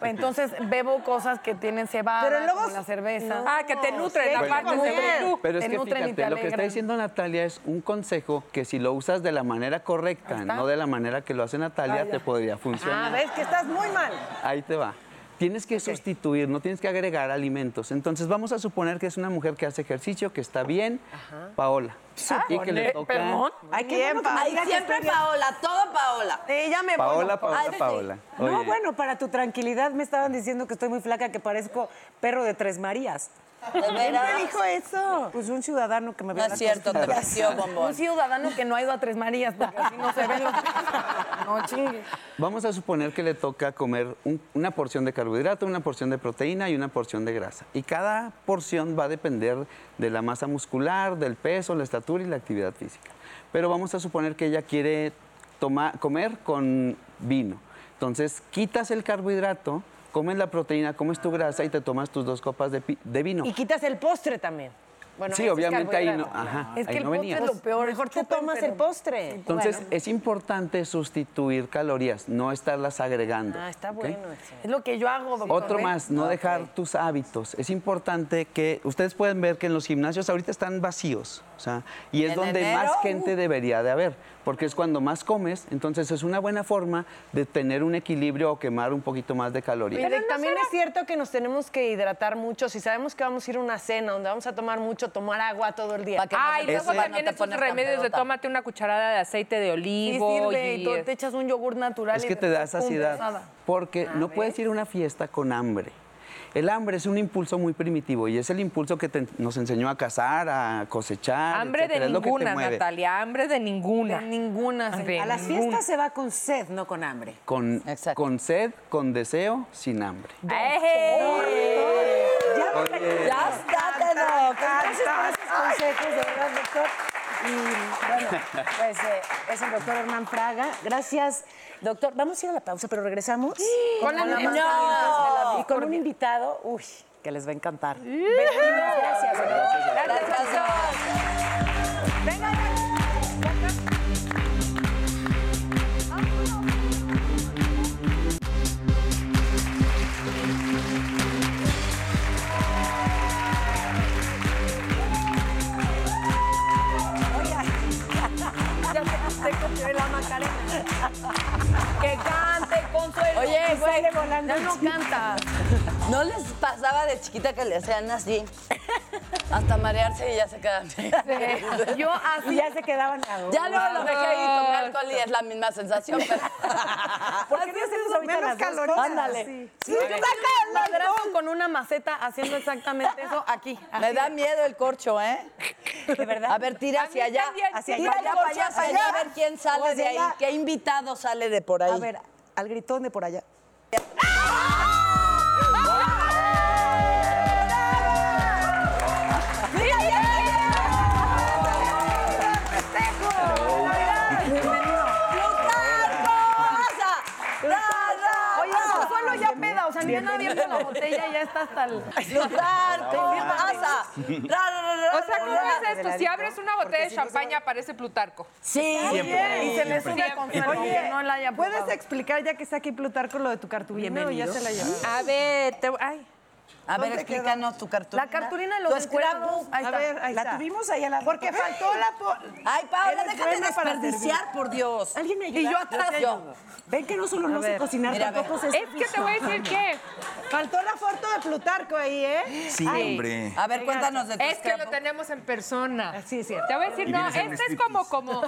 Speaker 2: Entonces bebo cosas que tienen cebada,
Speaker 6: Pero luego-
Speaker 2: como la cerveza.
Speaker 5: Ah, que te nutren,
Speaker 6: sí,
Speaker 5: aparte
Speaker 6: como
Speaker 5: se
Speaker 6: bien.
Speaker 5: nutren.
Speaker 12: Pero es
Speaker 2: te
Speaker 12: que
Speaker 2: nutren y
Speaker 12: fíjate,
Speaker 2: te
Speaker 12: lo que está
Speaker 2: alegran.
Speaker 12: diciendo Natalia es un consejo que si lo usas de la manera correcta, no de la manera que lo hace Natalia, te podría funcionar.
Speaker 6: Ah, ves que estás muy mal.
Speaker 12: Ahí te va. Tienes que sustituir, no tienes que agregar alimentos. Entonces vamos a suponer que es una mujer que hace ejercicio, que está bien, Paola. Y que le toca
Speaker 2: Perdón.
Speaker 6: Ay, qué bueno que me
Speaker 4: Ay,
Speaker 6: digas que
Speaker 4: siempre
Speaker 6: estoy bien.
Speaker 4: Paola, todo Paola.
Speaker 2: Eh, ya me voy,
Speaker 12: Paola,
Speaker 2: doctor.
Speaker 12: Paola,
Speaker 4: Ay, sí.
Speaker 12: Paola.
Speaker 3: No,
Speaker 12: Oye,
Speaker 3: bueno, para tu tranquilidad me estaban diciendo que estoy muy flaca, que parezco perro de tres Marías.
Speaker 4: ¿De
Speaker 3: ¿Quién
Speaker 4: veras?
Speaker 3: me dijo eso? Pues un ciudadano que me
Speaker 4: No
Speaker 3: vio en
Speaker 4: es
Speaker 3: la
Speaker 4: cierto, te
Speaker 3: costura.
Speaker 4: creció, bombón.
Speaker 2: Un ciudadano que no ha ido a Tres Marías, porque así no se ven los... No chingue.
Speaker 12: Vamos a suponer que le toca comer un- una porción de carbohidrato, una porción de proteína y una porción de grasa. Y cada porción va a depender de la masa muscular, del peso, la estatura y la actividad física. Pero vamos a suponer que ella quiere toma- comer con vino. Entonces quitas el carbohidrato, comes la proteína, comes tu grasa y te tomas tus dos copas de, pi- de vino.
Speaker 6: Y quitas el postre también. Bueno,
Speaker 12: Sí,
Speaker 6: ese es
Speaker 12: obviamente ahí no-
Speaker 6: carbohidrato.
Speaker 12: ajá,
Speaker 6: es que
Speaker 12: ahí
Speaker 6: el
Speaker 12: no
Speaker 6: postre
Speaker 12: venía.
Speaker 6: es lo peor. Mejor te tomas el postre.
Speaker 12: Entonces, es importante sustituir calorías, no estarlas agregando.
Speaker 6: Ah, está
Speaker 12: ¿ok?
Speaker 6: bueno eso. Es lo que yo hago, doctor.
Speaker 12: Otro
Speaker 2: ¿eh?
Speaker 6: ¿Ve?
Speaker 12: más, no dejar tus hábitos. Es importante que ustedes pueden ver que en los gimnasios ahorita están vacíos, o sea, y es
Speaker 13: En
Speaker 12: donde
Speaker 13: enero,
Speaker 12: más
Speaker 13: uh.
Speaker 12: gente debería de haber, porque es cuando más comes, entonces es una buena forma de tener un equilibrio o quemar un poquito más de calorías.
Speaker 6: Pero también es cierto que nos tenemos que hidratar mucho. Si sabemos que vamos a ir a una cena donde vamos a tomar mucho, tomar agua todo el día.
Speaker 2: Ah,
Speaker 5: Ay, luego también esos remedios de tómate una cucharada de aceite de olivo.
Speaker 2: sirve, y tú te echas un yogur natural.
Speaker 12: Es
Speaker 2: y
Speaker 12: que te da
Speaker 2: después, pum,
Speaker 12: saciedad.
Speaker 2: pesada.
Speaker 12: Porque no puedes ir a una fiesta con hambre. El hambre es un impulso muy primitivo y es el impulso que te- nos enseñó a cazar, a cosechar.
Speaker 5: Ah, Hambre de
Speaker 12: etcétera, es lo que te
Speaker 5: ninguna,
Speaker 12: mueve.
Speaker 5: Natalia, hambre de ninguna.
Speaker 2: ninguna.
Speaker 3: A las fiestas se va con sed, no con hambre.
Speaker 12: Con, con sed, con deseo, sin hambre. Oye.
Speaker 3: Ya está, Tenoch. Gracias por esos consejos, de verdad, doctor. Y bueno, pues eh, es el doctor Hernán Fraga. Gracias, doctor. Vamos a ir a la pausa, pero regresamos.
Speaker 6: Con la-
Speaker 3: más
Speaker 6: ¡No!
Speaker 3: caliente de la- Y con un invitado, uy, que les va a encantar. Venimos, gracias.
Speaker 2: Ya me sé que se ve la Macarena. Que cante, consuelo.
Speaker 4: Oye,
Speaker 2: que
Speaker 4: güey,
Speaker 2: sale volando.
Speaker 4: ya no
Speaker 2: canta.
Speaker 4: ¿No les pasaba de chiquita que le hacían así? Hasta marearse y ya se quedaban.
Speaker 2: Yo así.
Speaker 3: Y ya se quedaban.
Speaker 4: Ya luego los dejé ahí tomé alcohol y es la misma sensación. Pero...
Speaker 3: ¿Por qué no hacemos ahorita las dos cosas?
Speaker 2: Ándale.
Speaker 3: Sí.
Speaker 2: Sí, yo me madrazo con una maceta haciendo exactamente eso aquí.
Speaker 4: Me da miedo el corcho, ¿eh?
Speaker 3: De verdad.
Speaker 4: A ver, tira hacia allá.
Speaker 3: Hacia
Speaker 4: tira
Speaker 3: allá.
Speaker 4: allá, para allá, para allá, a ver quién
Speaker 3: O
Speaker 4: sale
Speaker 3: hacia
Speaker 4: de ahí.
Speaker 3: allá.
Speaker 4: ¿Qué invitado sale de por ahí?
Speaker 3: A ver, al gritón de por allá.
Speaker 2: Oye, solo ya peda, o sea, ni bien abierto la botella y ya está hasta el...
Speaker 4: asa.
Speaker 5: O sea, ¿cómo es esto? Si abres una botella de champaña, aparece Plutarco.
Speaker 4: Sí.
Speaker 5: Siempre.
Speaker 2: Y se le sube
Speaker 5: Siempre.
Speaker 2: con suelo,
Speaker 5: Oye,
Speaker 2: aunque no la haya
Speaker 6: ¿Puedes
Speaker 2: probado.
Speaker 6: explicar, ya que está aquí Plutarco, lo de tu cartulina? No, ya se la llevó.
Speaker 3: Ah,
Speaker 5: A ver, te... ay.
Speaker 4: A ver,
Speaker 6: ¿Dónde
Speaker 4: explícanos tu cartulina.
Speaker 6: La cartulina de los
Speaker 4: Tu escuela
Speaker 6: encuerados.
Speaker 4: book.
Speaker 6: Ahí está. La
Speaker 3: tuvimos ahí a la...
Speaker 6: Porque faltó la...
Speaker 4: Ay, Paola,
Speaker 6: Eres
Speaker 4: déjate
Speaker 6: buena para
Speaker 4: desperdiciar, por Dios.
Speaker 3: ¿Alguien me ayuda?
Speaker 4: Y yo atrás.
Speaker 3: te
Speaker 4: Yo.
Speaker 3: ayudo. Ven que no solo no sé
Speaker 6: ver.
Speaker 3: cocinar,
Speaker 4: Mira, a ver.
Speaker 3: tampoco sé...
Speaker 5: Es que te voy a decir que
Speaker 6: Faltó la foto de Plutarco ahí, ¿eh?
Speaker 13: Sí, hombre.
Speaker 4: A ver, cuéntanos de tu
Speaker 5: es que lo
Speaker 4: scrapbook.
Speaker 5: tenemos en persona.
Speaker 6: Sí, es cierto.
Speaker 5: Te voy a decir,
Speaker 13: Y
Speaker 5: no,
Speaker 13: vienes en
Speaker 5: este es como, como,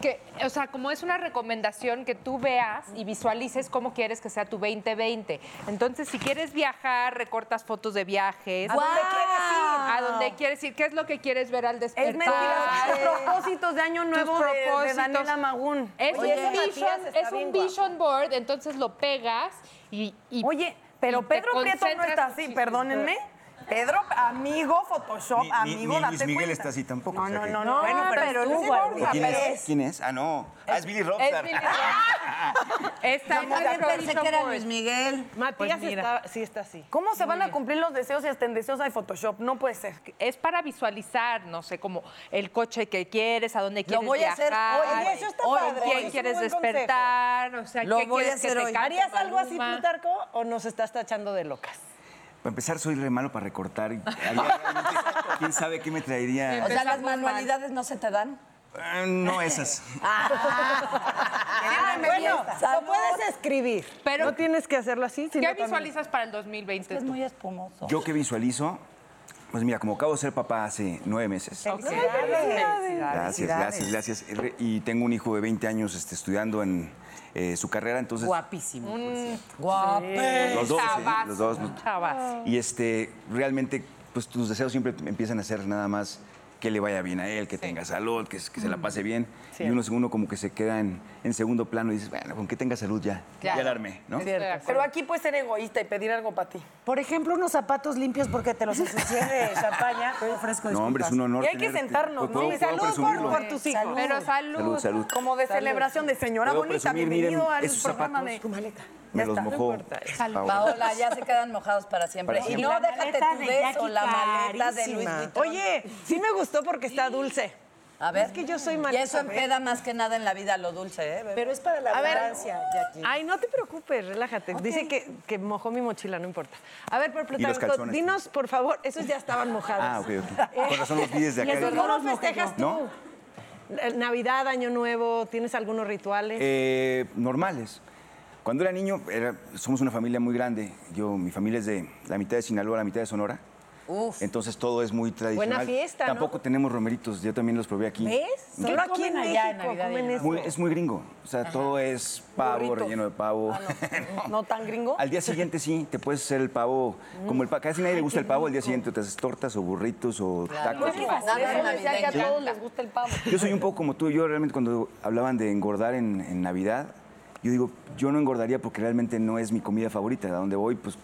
Speaker 5: que, o sea, como es una recomendación que tú veas y visualices cómo quieres que sea tu 2020. Entonces, si quieres viajar, recortas fotos de viajes.
Speaker 4: ¿A dónde
Speaker 5: ¡Guau!
Speaker 4: quieres ir?
Speaker 5: A dónde quieres ir, qué es lo que quieres ver al despertar.
Speaker 2: Es mentira, los propósitos de año nuevo de- de,
Speaker 5: propósitos.
Speaker 2: Daniela Magún.
Speaker 5: Es
Speaker 4: Oye,
Speaker 5: un,
Speaker 4: ese
Speaker 2: Matías
Speaker 5: vision,
Speaker 2: está
Speaker 5: es un
Speaker 2: bien guapo.
Speaker 5: vision board, entonces lo pegas y... y-
Speaker 2: Oye,
Speaker 5: y
Speaker 2: pero
Speaker 5: te
Speaker 2: Pedro Prieto no
Speaker 5: concentras
Speaker 2: está así,
Speaker 5: muchísimo.
Speaker 2: perdónenme. Pedro, amigo Photoshop,
Speaker 13: Ni- ni-
Speaker 2: amigo,
Speaker 13: ni
Speaker 2: date
Speaker 13: Luis Miguel
Speaker 2: cuenta.
Speaker 13: está así tampoco,
Speaker 2: No,
Speaker 13: o sea
Speaker 2: no,
Speaker 13: que-
Speaker 2: no, no. Bueno,
Speaker 5: Ah,
Speaker 2: pero,
Speaker 5: pero
Speaker 2: tú
Speaker 5: tú
Speaker 2: sí
Speaker 5: igual.
Speaker 2: borras.
Speaker 13: ¿Quién
Speaker 4: pero
Speaker 13: es? ¿Quién es? Ah, no. Ah, es Billy
Speaker 5: Es
Speaker 13: Rockstar.
Speaker 5: Billy Rock. Está en
Speaker 4: También
Speaker 5: nuestro
Speaker 4: pensé
Speaker 5: vision
Speaker 4: que era
Speaker 5: board.
Speaker 4: Luis Miguel.
Speaker 6: Matías
Speaker 5: Pues mira.
Speaker 6: está, sí está así.
Speaker 2: ¿Cómo se van a cumplir los deseos si hasta en deseos hay Photoshop? No puede ser.
Speaker 5: Es para visualizar, no sé, como el coche que quieres, a dónde quieres
Speaker 4: voy a hacer
Speaker 5: viajar,
Speaker 4: hoy. Oye, eso está
Speaker 5: hoy
Speaker 4: padre.
Speaker 5: quién
Speaker 4: Es un
Speaker 5: quieres
Speaker 6: buen consejo.
Speaker 5: despertar, o sea,
Speaker 4: Lo
Speaker 5: qué
Speaker 4: voy a
Speaker 5: quieres que
Speaker 4: hacer
Speaker 5: te
Speaker 4: hoy.
Speaker 5: cante
Speaker 6: ¿Harías algo así,
Speaker 5: Maluma?
Speaker 6: Plutarco, o nos estás tachando de locas?
Speaker 13: Para empezar, soy re malo para recortar. y- haría- ¿Quién sabe qué me traería?
Speaker 4: O sea, las
Speaker 5: Empezamos mal.
Speaker 4: manualidades no se te dan.
Speaker 13: Ah, no esas.
Speaker 4: Ah,
Speaker 6: Bueno,
Speaker 4: salud.
Speaker 6: lo puedes escribir.
Speaker 5: Pero-
Speaker 6: no tienes que hacerlo así.
Speaker 5: ¿Qué
Speaker 6: sino también-
Speaker 5: visualizas para el 2020?
Speaker 4: Es
Speaker 5: tú?
Speaker 4: muy espumoso.
Speaker 13: Yo que visualizo, pues mira, como acabo de ser papá hace nueve meses. Gracias, gracias, gracias. Re- Y tengo un hijo de 20 años este, estudiando en eh, su carrera, entonces.
Speaker 3: Guapísimo.
Speaker 6: Mm,
Speaker 13: Los dos, sí,
Speaker 5: Chavazo,
Speaker 13: los dos. ¿no?
Speaker 5: chavazo.
Speaker 13: Y este, realmente, pues tus deseos siempre empiezan a ser nada más que le vaya bien a él, que tenga salud, que, se- que se la pase bien. Y uno segundo como que se queda en, en segundo plano y dices, bueno, con que tenga salud ya,
Speaker 5: Claro.
Speaker 13: ya la armé, ¿no?
Speaker 5: Estoy de acuerdo.
Speaker 2: Pero aquí puedes ser egoísta y pedir algo para ti.
Speaker 3: Por ejemplo, unos zapatos limpios porque te los ensucié de champaña. Ofrezco
Speaker 13: No, hombre, es un honor.
Speaker 2: Y hay que
Speaker 13: tenerte.
Speaker 2: sentarnos, ¿no?
Speaker 13: Puedo- puedo
Speaker 2: Y salud por,
Speaker 13: presumirlo.
Speaker 2: por tus hijos.
Speaker 5: Pero salud.
Speaker 13: Salud, salud.
Speaker 2: Como de celebración de señora
Speaker 13: Puedo
Speaker 2: bonita.
Speaker 13: presumir, miren,
Speaker 2: Bienvenido al
Speaker 13: esos
Speaker 2: programa
Speaker 13: zapatos.
Speaker 2: de. Tu maleta.
Speaker 13: me los mojó. Paola.
Speaker 4: Paola, ya se quedan mojados para siempre.
Speaker 13: Para
Speaker 4: Y
Speaker 13: siempre.
Speaker 4: no,
Speaker 6: La
Speaker 4: déjate
Speaker 6: maleta
Speaker 4: tu
Speaker 6: de
Speaker 4: beso,
Speaker 6: Jackie
Speaker 4: la maleta de Luis
Speaker 6: carísima.
Speaker 4: Vuitton.
Speaker 6: Oye, sí me gustó porque está dulce.
Speaker 4: A ver.
Speaker 6: Es que yo soy
Speaker 4: Y
Speaker 6: maleta,
Speaker 4: eso
Speaker 6: a ver.
Speaker 4: empeda más que nada en la vida lo dulce, ¿eh? bebé?
Speaker 6: Pero es para la
Speaker 4: A ver.
Speaker 6: abundancia, Jackie. Ay, no te preocupes, relájate. Dice que, que mojó mi mochila, no importa. A ver, por protagónico,
Speaker 13: calzones?
Speaker 6: dinos, por favor, esos ya estaban mojados. Eh,
Speaker 13: Ah, ok, ok. Con razón los vi desde
Speaker 6: ¿Y
Speaker 13: acá.
Speaker 6: esos
Speaker 13: Digo,
Speaker 6: no los festejas tú?
Speaker 4: pues
Speaker 13: ¿No?
Speaker 6: Eh, Navidad, Año Nuevo, ¿tienes algunos rituales?
Speaker 13: Eh, normales. Cuando era niño, era- somos una familia muy grande. Yo, mi familia es de la mitad de Sinaloa, la mitad de Sonora.
Speaker 6: Uf.
Speaker 13: Entonces todo es muy tradicional.
Speaker 6: fiesta, ¿no?
Speaker 13: Tampoco tenemos romeritos, yo también los probé aquí.
Speaker 6: ¿Ves?
Speaker 13: ¿Qué
Speaker 6: Solo aquí
Speaker 4: comen
Speaker 6: en México
Speaker 4: allá en Navidad y
Speaker 6: comen
Speaker 4: en
Speaker 6: eso.
Speaker 13: Muy- es muy gringo. O sea, todo es pavo,
Speaker 6: Burritos.
Speaker 13: relleno de pavo.
Speaker 6: Ah, ¿No tan gringo?
Speaker 13: Al día siguiente sí, te puedes hacer el pavo. Como el pavo, casi nadie le gusta el pavo, al día siguiente te haces tortas o burritos o tacos.
Speaker 6: Pues
Speaker 2: Eso decía que a
Speaker 13: Sí.
Speaker 2: todos les gusta el pavo.
Speaker 13: Yo soy un poco como tú. Yo realmente cuando hablaban de engordar en, en Navidad, yo digo, yo no engordaría porque realmente no es mi comida favorita. A donde voy, pues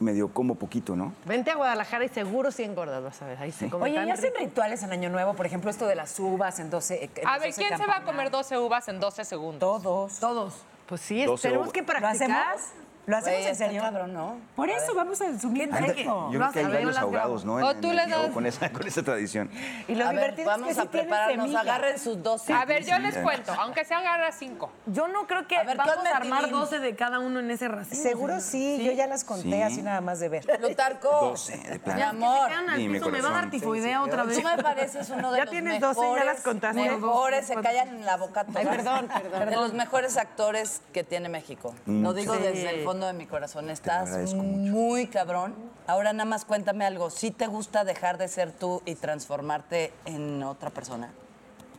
Speaker 13: medio como poquito, ¿no?
Speaker 6: Vente a Guadalajara y seguro sí engordas, vas a ver. Ahí se come
Speaker 3: Oye,
Speaker 6: tan
Speaker 3: ¿y hacen
Speaker 6: rico.
Speaker 3: rituales en Año Nuevo? Por ejemplo, esto de las uvas en 12... en
Speaker 5: A
Speaker 3: las
Speaker 5: ver,
Speaker 3: 12
Speaker 5: ¿quién se va a
Speaker 3: campanadas.
Speaker 5: comer 12 uvas en 12 segundos?
Speaker 3: Todos.
Speaker 6: Todos. Pues sí,
Speaker 5: Doce
Speaker 6: tenemos
Speaker 5: uvas.
Speaker 6: que
Speaker 3: ¿Lo
Speaker 6: practicar.
Speaker 3: hacemos? ¿Lo hacemos
Speaker 4: Güey,
Speaker 3: en
Speaker 4: está
Speaker 3: serio?
Speaker 4: cabrón, ¿no?
Speaker 3: Por eso vamos a subir
Speaker 13: Anda- yo creo que hay varios ahogados, ¿no? En-
Speaker 5: O
Speaker 13: en
Speaker 5: tú
Speaker 13: el
Speaker 5: le
Speaker 13: Diego
Speaker 5: das-
Speaker 13: con esa, con esa tradición.
Speaker 3: Y lo
Speaker 4: a ver,
Speaker 3: divertido es
Speaker 4: vamos
Speaker 3: que sí
Speaker 4: a
Speaker 3: tienen
Speaker 4: prepararnos,
Speaker 3: semilla.
Speaker 4: agarren sus dos.
Speaker 5: A ver, yo les
Speaker 13: sí.
Speaker 5: cuento, aunque se agarra 5.
Speaker 2: Yo no creo que
Speaker 4: A ver,
Speaker 2: vamos
Speaker 4: ponme
Speaker 2: a armar
Speaker 4: tilín.
Speaker 2: 12 de cada uno en ese racimo.
Speaker 3: Seguro sí, yo ya las conté
Speaker 13: Sí.
Speaker 3: así nada más de ver.
Speaker 4: Plutarco,
Speaker 13: 12, de
Speaker 4: mi
Speaker 13: plano.
Speaker 4: amor,
Speaker 2: Vean al
Speaker 13: Dime,
Speaker 2: piso, me va a dar
Speaker 13: corazón.
Speaker 2: tifoidea otra vez.
Speaker 4: tú me pareces uno de
Speaker 6: Ya
Speaker 4: los
Speaker 6: tienes 12, ya
Speaker 4: mejores,
Speaker 6: las contaste.
Speaker 4: mejores, se callan en la boca todos.
Speaker 6: perdón, perdón.
Speaker 4: De los mejores actores que tiene México.
Speaker 13: Mm,
Speaker 4: Lo digo desde el fondo de mi corazón. Estás
Speaker 13: agradezco mucho.
Speaker 4: muy cabrón. Ahora nada más cuéntame algo. ¿Sí te gusta dejar de ser tú y transformarte en otra persona?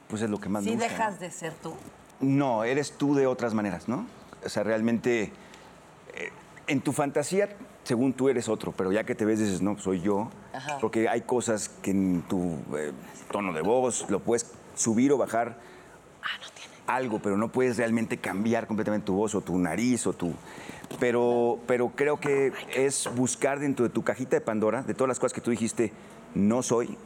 Speaker 13: Pues es lo que más
Speaker 4: ¿Sí
Speaker 13: me gusta.
Speaker 4: dejas de ser tú?
Speaker 13: No, eres tú de otras maneras, ¿no? O sea, realmente, eh, en tu fantasía, según tú eres otro, pero ya que te ves dices, no, soy yo,
Speaker 4: Ajá.
Speaker 13: porque hay cosas que en tu eh, tono de voz lo puedes subir o bajar algo, pero no puedes realmente cambiar completamente tu voz o tu nariz o tu... Pero, pero creo que es buscar dentro de tu cajita de Pandora, de todas las cosas que tú dijiste, no soy,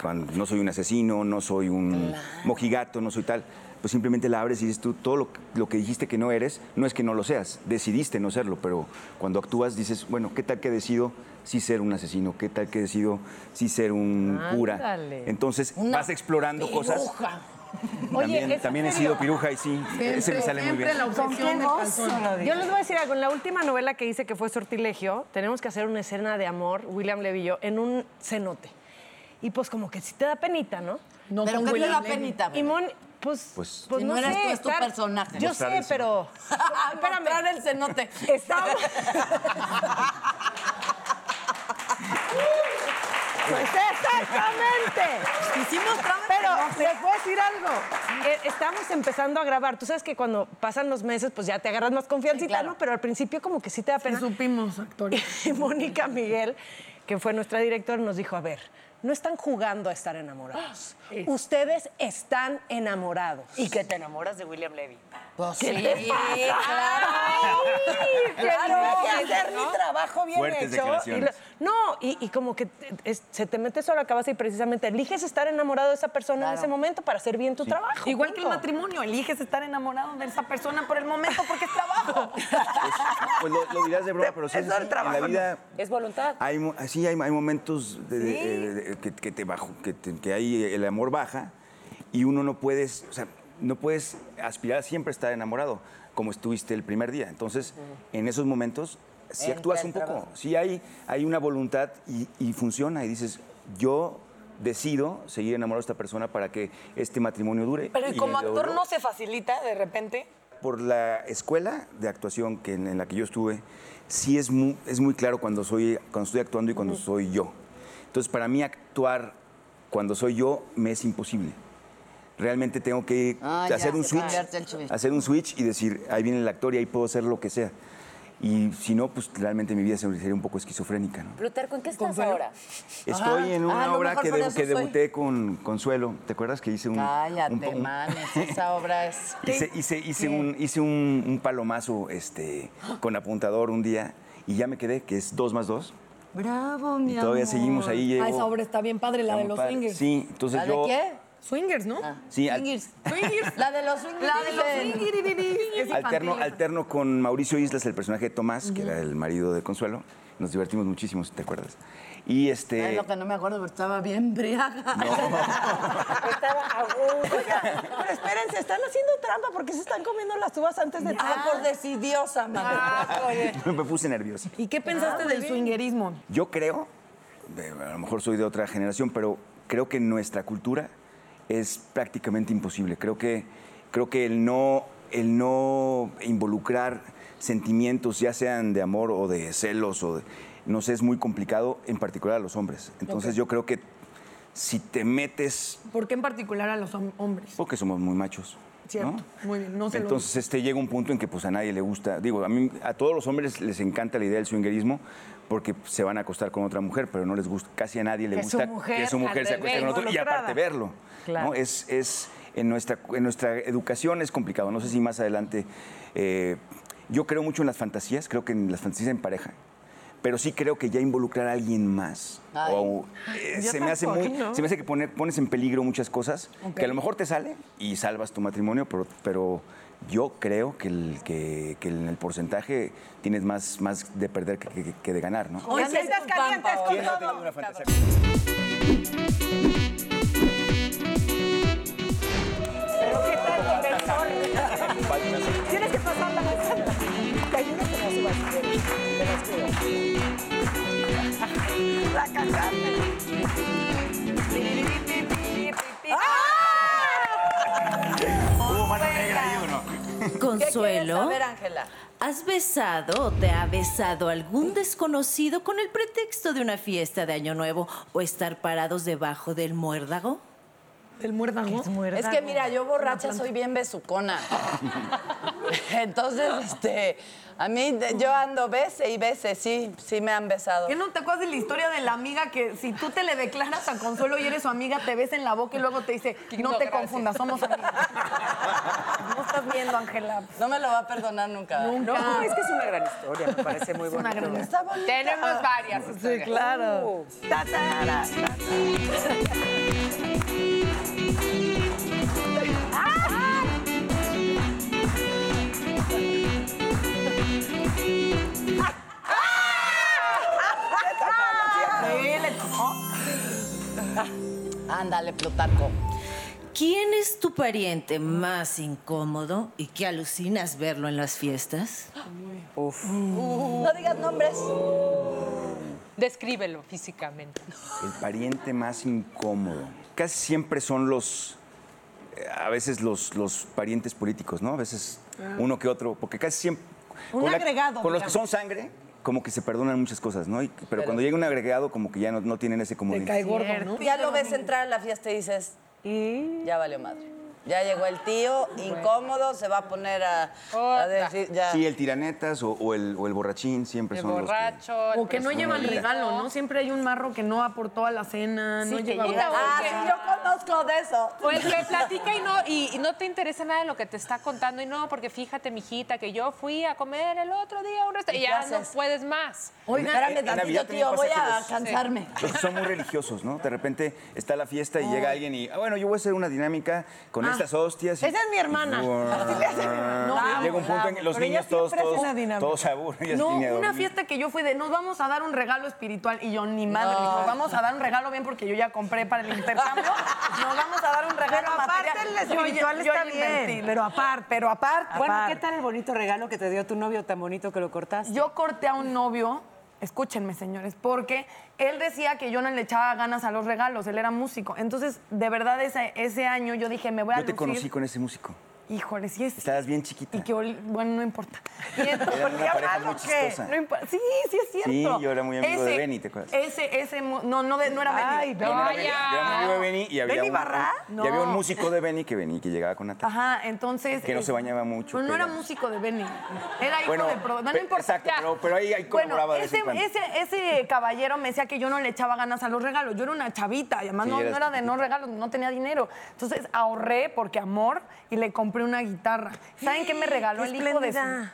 Speaker 13: cuando no soy un asesino, no soy un mojigato, no soy tal, pues simplemente la abres y dices tú, todo lo, lo que dijiste que no eres, no es que no lo seas, decidiste no serlo, pero cuando actúas dices, bueno, ¿qué tal que decido sí ser un asesino? ¿Qué tal que decido sí ser un cura?
Speaker 6: Ándale.
Speaker 13: Entonces vas explorando cosas también,
Speaker 6: Oye, ¿es
Speaker 13: también
Speaker 6: en
Speaker 13: he sido piruja y sí, ese me sale muy bien.
Speaker 3: ¿Con qué voz?
Speaker 6: Yo les voy a decir algo. En la última novela que hice, que fue Sortilegio, tenemos que hacer una escena de amor, William Levillo, en un cenote. Y pues como que sí te da penita, ¿no?
Speaker 4: No, ¿Pero qué te da penita? bebé?
Speaker 6: Y Mon, pues,
Speaker 13: Pues-
Speaker 4: Si no eres tú, es tu personaje.
Speaker 6: Yo
Speaker 13: Mostrar
Speaker 6: sé,
Speaker 13: el
Speaker 6: pero... Espérame.
Speaker 4: Mostrar el cenote.
Speaker 6: Estamos... Pues exactamente. Hicimos Pero les voy a decir algo. Eh, Estamos empezando a grabar. Tú sabes que cuando pasan los meses, pues ya te agarras más confianza y tal, ¿no? Pero al principio como que sí te da pena.
Speaker 2: supimos, actores.
Speaker 6: Y Mónica Miguel, que fue nuestra directora, nos dijo, a ver, no están jugando a estar enamorados. Ustedes están enamorados. Y que te enamoras de William Levy.
Speaker 4: Pues Sí, claro.
Speaker 6: Claro,
Speaker 4: Claro.
Speaker 6: que hacer mi trabajo bien
Speaker 13: Fuertes
Speaker 6: hecho. Y
Speaker 13: declaraciones.
Speaker 6: lo- no, y, y como que te- es- se te mete sobre la cabeza y precisamente eliges estar enamorado de esa persona en ese momento para hacer bien tu trabajo.
Speaker 2: Igual que el
Speaker 6: punto.
Speaker 2: matrimonio, eliges estar enamorado de esa persona por el momento porque es trabajo.
Speaker 13: Pues, pues lo, lo dirás de broma, pero sí, sí, sí, en la vida
Speaker 6: Es voluntad.
Speaker 13: hay, mo- sí, hay, hay momentos de- de- de- de- que, que te bajo, que, te- que ahí el amor baja y uno no puedes, o sea, no puedes aspirar a siempre estar enamorado como estuviste el primer día. Entonces, en esos momentos, si
Speaker 6: Eh,
Speaker 4: Entra
Speaker 13: actúas
Speaker 4: el
Speaker 13: un poco,
Speaker 4: trabajo.
Speaker 13: si hay, hay una voluntad y, y funciona y dices, yo decido seguir enamorado de esta persona para que este matrimonio dure.
Speaker 2: Pero ¿y
Speaker 13: y
Speaker 2: como
Speaker 13: lo-
Speaker 2: actor
Speaker 13: lo-
Speaker 2: no se facilita de repente?
Speaker 13: por la escuela de actuación que en, en la que yo estuve, sí es muy, es muy claro cuando, soy, cuando estoy actuando y cuando soy yo. Entonces, para mí actuar cuando soy yo me es imposible. Realmente tengo que
Speaker 4: Ah, ya,
Speaker 13: hacer un
Speaker 4: se
Speaker 13: switch,
Speaker 4: cambiarte el switch.
Speaker 13: hacer un switch y decir, ahí viene el actor y ahí puedo hacer lo que sea. Y si no, pues realmente mi vida se- sería un poco esquizofrénica. ¿no?
Speaker 3: Plutarco, ¿en qué estás ahora?
Speaker 13: Estoy en una
Speaker 4: ah, a lo
Speaker 13: obra
Speaker 4: mejor
Speaker 13: que,
Speaker 4: por
Speaker 13: debu-
Speaker 4: eso
Speaker 13: que
Speaker 4: soy.
Speaker 13: debuté con Consuelo. ¿Te acuerdas que hice un... un po-
Speaker 4: Cállate,
Speaker 13: un-
Speaker 4: manes. Esa obra es.
Speaker 13: Hice, hice, hice un, hice un, un palomazo este, con apuntador un día y ya me quedé, que es 2 más 2.
Speaker 4: Bravo,
Speaker 13: Y todavía seguimos ahí. Llevo,
Speaker 4: Ah,
Speaker 2: está bien padre,
Speaker 13: Está muy padre. Sí, entonces
Speaker 4: ¿La de
Speaker 13: yo.
Speaker 4: qué?
Speaker 2: Swingers, ¿no?
Speaker 13: Sí, al-
Speaker 2: Swingers.
Speaker 4: La de los swingers.
Speaker 2: La de los swingers. Es
Speaker 13: Alterno,
Speaker 2: infantil.
Speaker 13: alterno con Mauricio Islas, el personaje de Tomás, que
Speaker 4: Ujú.
Speaker 13: era el marido de Consuelo. Nos divertimos muchísimo, si te acuerdas. Y este.
Speaker 4: Es lo que no me acuerdo, pero estaba bien briaga.
Speaker 3: Estaba a gusto. Oigan, Pero espérense, están haciendo trampa porque se están comiendo las uvas antes de
Speaker 4: Ah, por decidiosa,
Speaker 13: Ah.
Speaker 4: mamá.
Speaker 2: Ah,
Speaker 13: Me puse nervioso.
Speaker 2: ¿Y qué pensaste del swingerismo?
Speaker 13: Yo creo, eh, a lo mejor soy de otra generación, pero creo que en nuestra cultura es prácticamente imposible. Creo que, creo que el, no, el no involucrar sentimientos, ya sean de amor o de celos, o de, no sé, es muy complicado, en particular a los hombres. Entonces
Speaker 2: Ok.
Speaker 13: yo creo que si te metes,
Speaker 2: ¿Por qué en particular a los hom- hombres?
Speaker 13: porque somos muy machos.
Speaker 2: ¿Cierto?
Speaker 13: ¿no?
Speaker 2: Muy bien, no se lo-
Speaker 13: Entonces, este, llega un punto en que pues a nadie le gusta. Digo, a mí, a todos los hombres les encanta la idea del swingerismo porque se van a acostar con otra mujer, pero no les gusta, casi a nadie le
Speaker 2: Que su
Speaker 13: gusta
Speaker 2: mujer
Speaker 13: que su mujer se
Speaker 2: al revés,
Speaker 13: acueste con otro y
Speaker 2: involucrada.
Speaker 13: aparte verlo.
Speaker 2: Claro.
Speaker 13: ¿no? Es, es en nuestra, en nuestra educación es complicado. No sé si más adelante. eh, yo creo mucho en las fantasías, creo que en las fantasías en pareja. Pero sí creo que ya involucrar a alguien más.
Speaker 4: Ay.
Speaker 13: o, eh,
Speaker 4: Yo
Speaker 13: se, me hace
Speaker 4: tampoco,
Speaker 13: muy-
Speaker 4: ¿no?
Speaker 13: se me hace que pone- pones en peligro muchas cosas
Speaker 4: Ok.
Speaker 13: que a lo mejor te sale y salvas tu matrimonio, pero, pero yo creo que, el, que, que en el porcentaje tienes más, más de perder que, que- que de ganar, ¿no?
Speaker 6: Hoy sí
Speaker 13: pues
Speaker 6: estás calientes con
Speaker 13: ¿Quién no ha
Speaker 6: todo.
Speaker 13: tenido una fantasía?
Speaker 3: Pero qué tal con el sol. Tienes que pasar la manzana. Te ayudo con las uvas. Te las cuido. La
Speaker 4: quieres
Speaker 1: Consuelo,
Speaker 4: saber, Ángela?
Speaker 1: ¿has besado o te ha besado algún desconocido con el pretexto de una fiesta de Año Nuevo o estar parados debajo del muérdago?
Speaker 2: ¿Del muérdago?
Speaker 4: Es que mira, yo borracha soy bien besucona. Entonces, este, a mí de- yo ando veces y veces, sí, sí me han besado.
Speaker 2: ¿Qué no te acuerdas de la historia de la amiga que si tú te le declaras a Consuelo y eres su amiga, te ves en la boca y luego te dice, no, te confundas, somos amigas? no estás viendo, Ángela. pues,
Speaker 4: No me lo va a perdonar nunca.
Speaker 2: Nunca.
Speaker 3: No, es que es una gran historia, me parece muy
Speaker 2: Es una
Speaker 3: bonita.
Speaker 2: gran
Speaker 3: Está bonita. Ah,
Speaker 5: Tenemos varias.
Speaker 3: Sí,
Speaker 5: historias. Uh.
Speaker 3: claro. Ta, ta, ra, ta, ta.
Speaker 5: Ah.
Speaker 4: Ándale, Plutarco.
Speaker 1: ¿Quién es tu pariente más incómodo y que alucinas verlo en las fiestas?
Speaker 3: Uf.
Speaker 4: No digas nombres.
Speaker 5: Descríbelo físicamente.
Speaker 13: El pariente más incómodo. Casi siempre son los, eh, a veces los, los parientes políticos, ¿no? A veces
Speaker 6: Ah.
Speaker 13: uno que otro, porque casi siempre...
Speaker 6: Un
Speaker 13: con la-
Speaker 6: agregado,
Speaker 13: Con los que son
Speaker 6: digamos.
Speaker 13: sangre, como que se perdonan muchas cosas, ¿no? Y- pero,
Speaker 4: Pero-
Speaker 13: cuando llega un agregado, como que ya no, no tienen ese comodín.
Speaker 4: Ya lo ves entrar a la fiesta y dices, ya valió madre. Ya llegó el tío, incómodo, se va a poner a, a decir, ya.
Speaker 13: Sí, el tiranetas o, o el, o el borrachín siempre Pues son los que...
Speaker 2: O que no
Speaker 13: personal.
Speaker 2: llevan regalo, ¿no? Siempre hay un marro que no aportó a la cena, no
Speaker 5: Sí, que
Speaker 2: lleva
Speaker 5: llega
Speaker 2: regalo.
Speaker 5: Ah, sí,
Speaker 4: yo conozco de eso.
Speaker 5: O el que Pues, platica y no, y, y no te interesa nada de lo que te está contando. Y no, porque fíjate, mijita, que yo fui a comer el otro día a un restaurante.
Speaker 4: ¿Y
Speaker 5: Y
Speaker 4: qué
Speaker 5: ya no
Speaker 4: haces?
Speaker 5: puedes más.
Speaker 4: Oiga,
Speaker 13: En-
Speaker 4: espérame
Speaker 13: en Navidad
Speaker 4: tantito,
Speaker 13: también
Speaker 4: tío,
Speaker 13: pasa
Speaker 4: voy
Speaker 13: que
Speaker 4: a
Speaker 13: los-
Speaker 4: cansarme.
Speaker 13: los que son muy religiosos, ¿no? De repente está la fiesta y llega alguien y, "Ah, bueno, yo voy a hacer una dinámica con
Speaker 6: Ah.
Speaker 13: estas hostias. y-
Speaker 6: Esa es mi hermana. Así le hace mi hermana. No,
Speaker 13: llega
Speaker 6: la
Speaker 13: un
Speaker 6: amo,
Speaker 13: punto
Speaker 6: la
Speaker 13: en que
Speaker 6: amo.
Speaker 13: los
Speaker 6: Pero ella
Speaker 13: niños todos,
Speaker 6: siempre hace
Speaker 13: todos,
Speaker 6: una dinámica.
Speaker 13: todos se aburren. ya se
Speaker 2: No,
Speaker 13: tienen que
Speaker 2: una
Speaker 13: dormir.
Speaker 2: fiesta que yo fui de, nos vamos a dar un regalo espiritual y yo ni madre,
Speaker 4: No.
Speaker 2: nos vamos a dar un regalo bien porque yo ya compré para el intercambio, nos vamos a dar un regalo
Speaker 6: Pero aparte
Speaker 2: material.
Speaker 6: el
Speaker 2: Yo ya-
Speaker 6: espiritual
Speaker 2: yo
Speaker 6: está
Speaker 2: ya
Speaker 6: bien.
Speaker 2: invertí, Pero aparte, pero aparte.
Speaker 3: Bueno, ¿qué tal el bonito regalo que te dio tu novio tan bonito que lo cortaste?
Speaker 2: Yo corté a un novio, escúchenme señores, porque él decía que yo no le echaba ganas a los regalos, él era músico. Entonces, de verdad, ese, ese año yo dije, me voy a
Speaker 13: Yo te
Speaker 2: lucir.
Speaker 13: conocí con ese músico.
Speaker 2: Híjole, sí es.
Speaker 13: Estabas bien chiquita.
Speaker 2: Y que, ol- bueno, no importa. Y entonces-
Speaker 13: Eran una pareja muy
Speaker 2: ¿qué?
Speaker 13: chistosa.
Speaker 2: No importa. Sí, sí es cierto.
Speaker 13: Sí, yo era muy amigo de Benny, ¿te acuerdas?
Speaker 2: Ese, ese, mu- no, no, de- no era Benny.
Speaker 6: Ay,
Speaker 13: Yo no era Benny, yo era amigo de Benny y había,
Speaker 2: ¿Benny
Speaker 13: un,
Speaker 2: Barra?
Speaker 13: un- y había un
Speaker 2: No.
Speaker 13: músico de Benny que venía que llegaba con Natalia.
Speaker 2: Ajá, entonces. eh,
Speaker 13: Que no se bañaba mucho,
Speaker 2: No, no era
Speaker 13: pero-
Speaker 2: músico de Benny. Era hijo
Speaker 13: Bueno,
Speaker 2: de pro. No, no
Speaker 13: pe-
Speaker 2: importa.
Speaker 13: exacto,
Speaker 2: ya.
Speaker 13: pero- pero ahí- ahí colaboraba de
Speaker 2: bueno,
Speaker 13: vez en
Speaker 2: ese,
Speaker 13: cuando.
Speaker 2: ese, ese caballero me decía que yo no le echaba ganas a los regalos. Yo era una chavita y además
Speaker 13: Sí,
Speaker 2: no,
Speaker 13: eras
Speaker 2: no era de no regalos, no tenía dinero. Entonces ahorré porque amor y le compré una guitarra. ¿Saben qué me regaló
Speaker 6: ¡Qué
Speaker 2: el hijo de su?
Speaker 6: espléndida!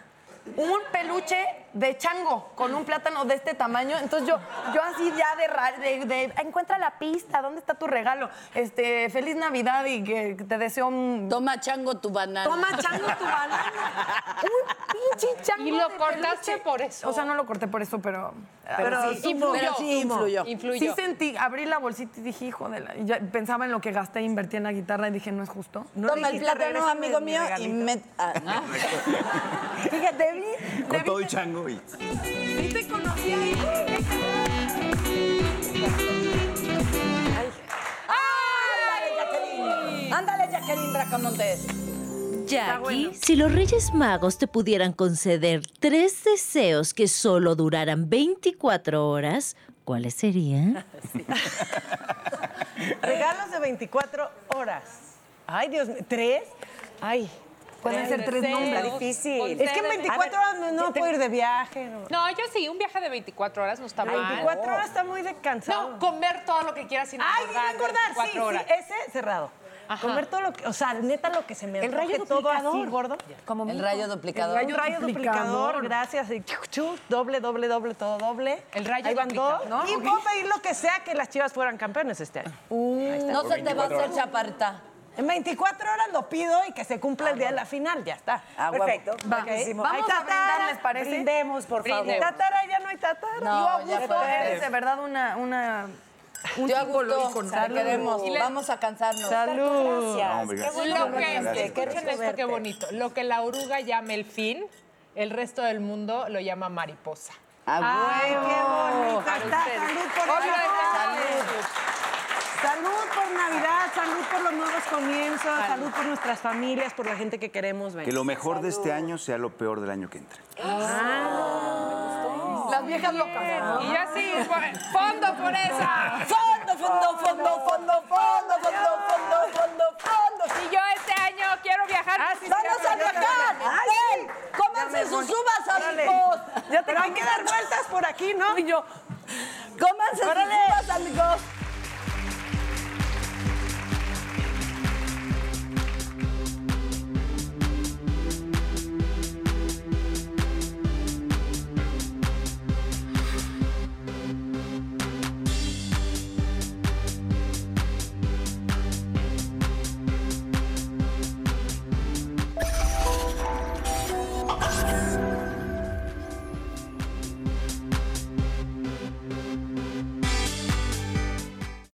Speaker 2: Un peluche de chango con un plátano de este tamaño. Entonces yo, yo así ya de, ra- de- de, encuentra la pista, ¿dónde está tu regalo? Este, feliz Navidad y que te deseo un. Toma chango tu banana. Toma chango tu banana. un pinche chango.
Speaker 5: Y lo
Speaker 2: de
Speaker 5: cortaste
Speaker 2: peluche.
Speaker 5: por eso.
Speaker 2: O sea, no lo corté por eso, pero.
Speaker 5: Pero sí influyó. Pero sí
Speaker 2: sumo.
Speaker 5: influyó. Influyó.
Speaker 2: Sí sentí, abrí la bolsita y dije, hijo de la. y ya pensaba en lo que gasté, invertí en la guitarra y dije, no es justo. No
Speaker 4: Toma el
Speaker 2: dijiste,
Speaker 4: plátano,
Speaker 2: "Regrésame
Speaker 4: amigo
Speaker 2: mi
Speaker 4: mío, y
Speaker 2: regalito".
Speaker 4: met... ah, no. Fíjate, vi...
Speaker 13: Con todo y chango y...
Speaker 2: Sí te conocí ahí.
Speaker 4: ¡Ándale, Jacqueline! ¡Ándale, Jacqueline Bracamontes!
Speaker 1: Jackie, si los Reyes Magos te pudieran conceder tres deseos que solo duraran 24 horas, ¿cuáles serían?
Speaker 6: Regalos de 24 horas. Ay, Dios mío. ¿Tres? Ay.
Speaker 5: Pueden ser tres Deseos, nombres.
Speaker 6: Está difícil.
Speaker 5: concédeme.
Speaker 6: Es que en 24
Speaker 5: A ver,
Speaker 6: horas no
Speaker 5: te-
Speaker 6: puedo ir de viaje. no.
Speaker 5: No, yo sí, un viaje de 24 horas no está mal.
Speaker 6: 24 horas está muy descansado.
Speaker 5: No, comer todo lo que quieras sin
Speaker 6: Ay, sin
Speaker 5: engordar.
Speaker 6: engordar, sí,
Speaker 5: 24 horas.
Speaker 6: sí, ese cerrado.
Speaker 5: Ajá.
Speaker 6: Comer todo lo que, o sea, neta lo que se me
Speaker 5: El rayo
Speaker 6: antoje, todo así,
Speaker 5: duplicador.
Speaker 6: gordo. Como
Speaker 4: El
Speaker 6: mijo.
Speaker 4: rayo duplicador.
Speaker 6: El rayo, rayo
Speaker 4: Duplicador.
Speaker 6: duplicador, gracias. y chu, chu, doble, doble, doble, todo doble. El rayo Ahí van dos.
Speaker 4: duplicador.
Speaker 6: Y
Speaker 4: Ok.
Speaker 6: puedo pedir lo que sea que las chivas fueran campeones este año.
Speaker 4: No se te va a hacer chaparta.
Speaker 6: En 24 horas lo pido y que se cumpla el día de la final, ya está.
Speaker 4: Ah, huevo.
Speaker 6: Perfecto.
Speaker 4: Va.
Speaker 6: Buenísimo.
Speaker 2: Vamos
Speaker 6: Ay,
Speaker 2: a brindar,
Speaker 6: tatara,
Speaker 2: ¿les parece?
Speaker 6: Brindemos, por favor.
Speaker 2: Brindemos.
Speaker 6: Tatara, ya no hay
Speaker 4: No,
Speaker 6: tatara.
Speaker 2: Yo a
Speaker 4: ya
Speaker 2: gusto
Speaker 4: fue.
Speaker 2: eres de verdad una. una un
Speaker 4: Yo a
Speaker 2: ídolo
Speaker 4: gusto, te
Speaker 2: incontario.
Speaker 4: queremos.
Speaker 2: Y le-
Speaker 4: Vamos a cansarnos.
Speaker 2: Salud.
Speaker 13: No, hombre,
Speaker 5: Lo
Speaker 13: gracias.
Speaker 5: que,
Speaker 13: Gracias.
Speaker 5: escuchen esto, qué bonito. Lo que la oruga llama el fin, el resto del mundo lo llama mariposa.
Speaker 6: Ay, qué bonito
Speaker 5: Para
Speaker 6: está.
Speaker 5: ustedes.
Speaker 6: Salud por
Speaker 5: Otra
Speaker 6: Navidad.
Speaker 5: vez,
Speaker 6: Salud por Navidad, salud por los nuevos comienzos, salud, por nuestras familias, por la gente que queremos.
Speaker 13: Que lo mejor de este año sea lo peor del año que entra.
Speaker 2: Las viejas locas. Ah.
Speaker 5: Y yo sí, por- fondo por esa.
Speaker 4: Fondo, fondo, fondo, fondo, fondo, fondo, fondo, fondo, fondo.
Speaker 5: Y yo este año quiero viajar.
Speaker 2: Ah,
Speaker 4: Vamos a viajar. Ven, cómanse sus uvas, amigos.
Speaker 6: Pero hay que dar vueltas por aquí, ¿no?
Speaker 4: Cómanse sus uvas, amigos.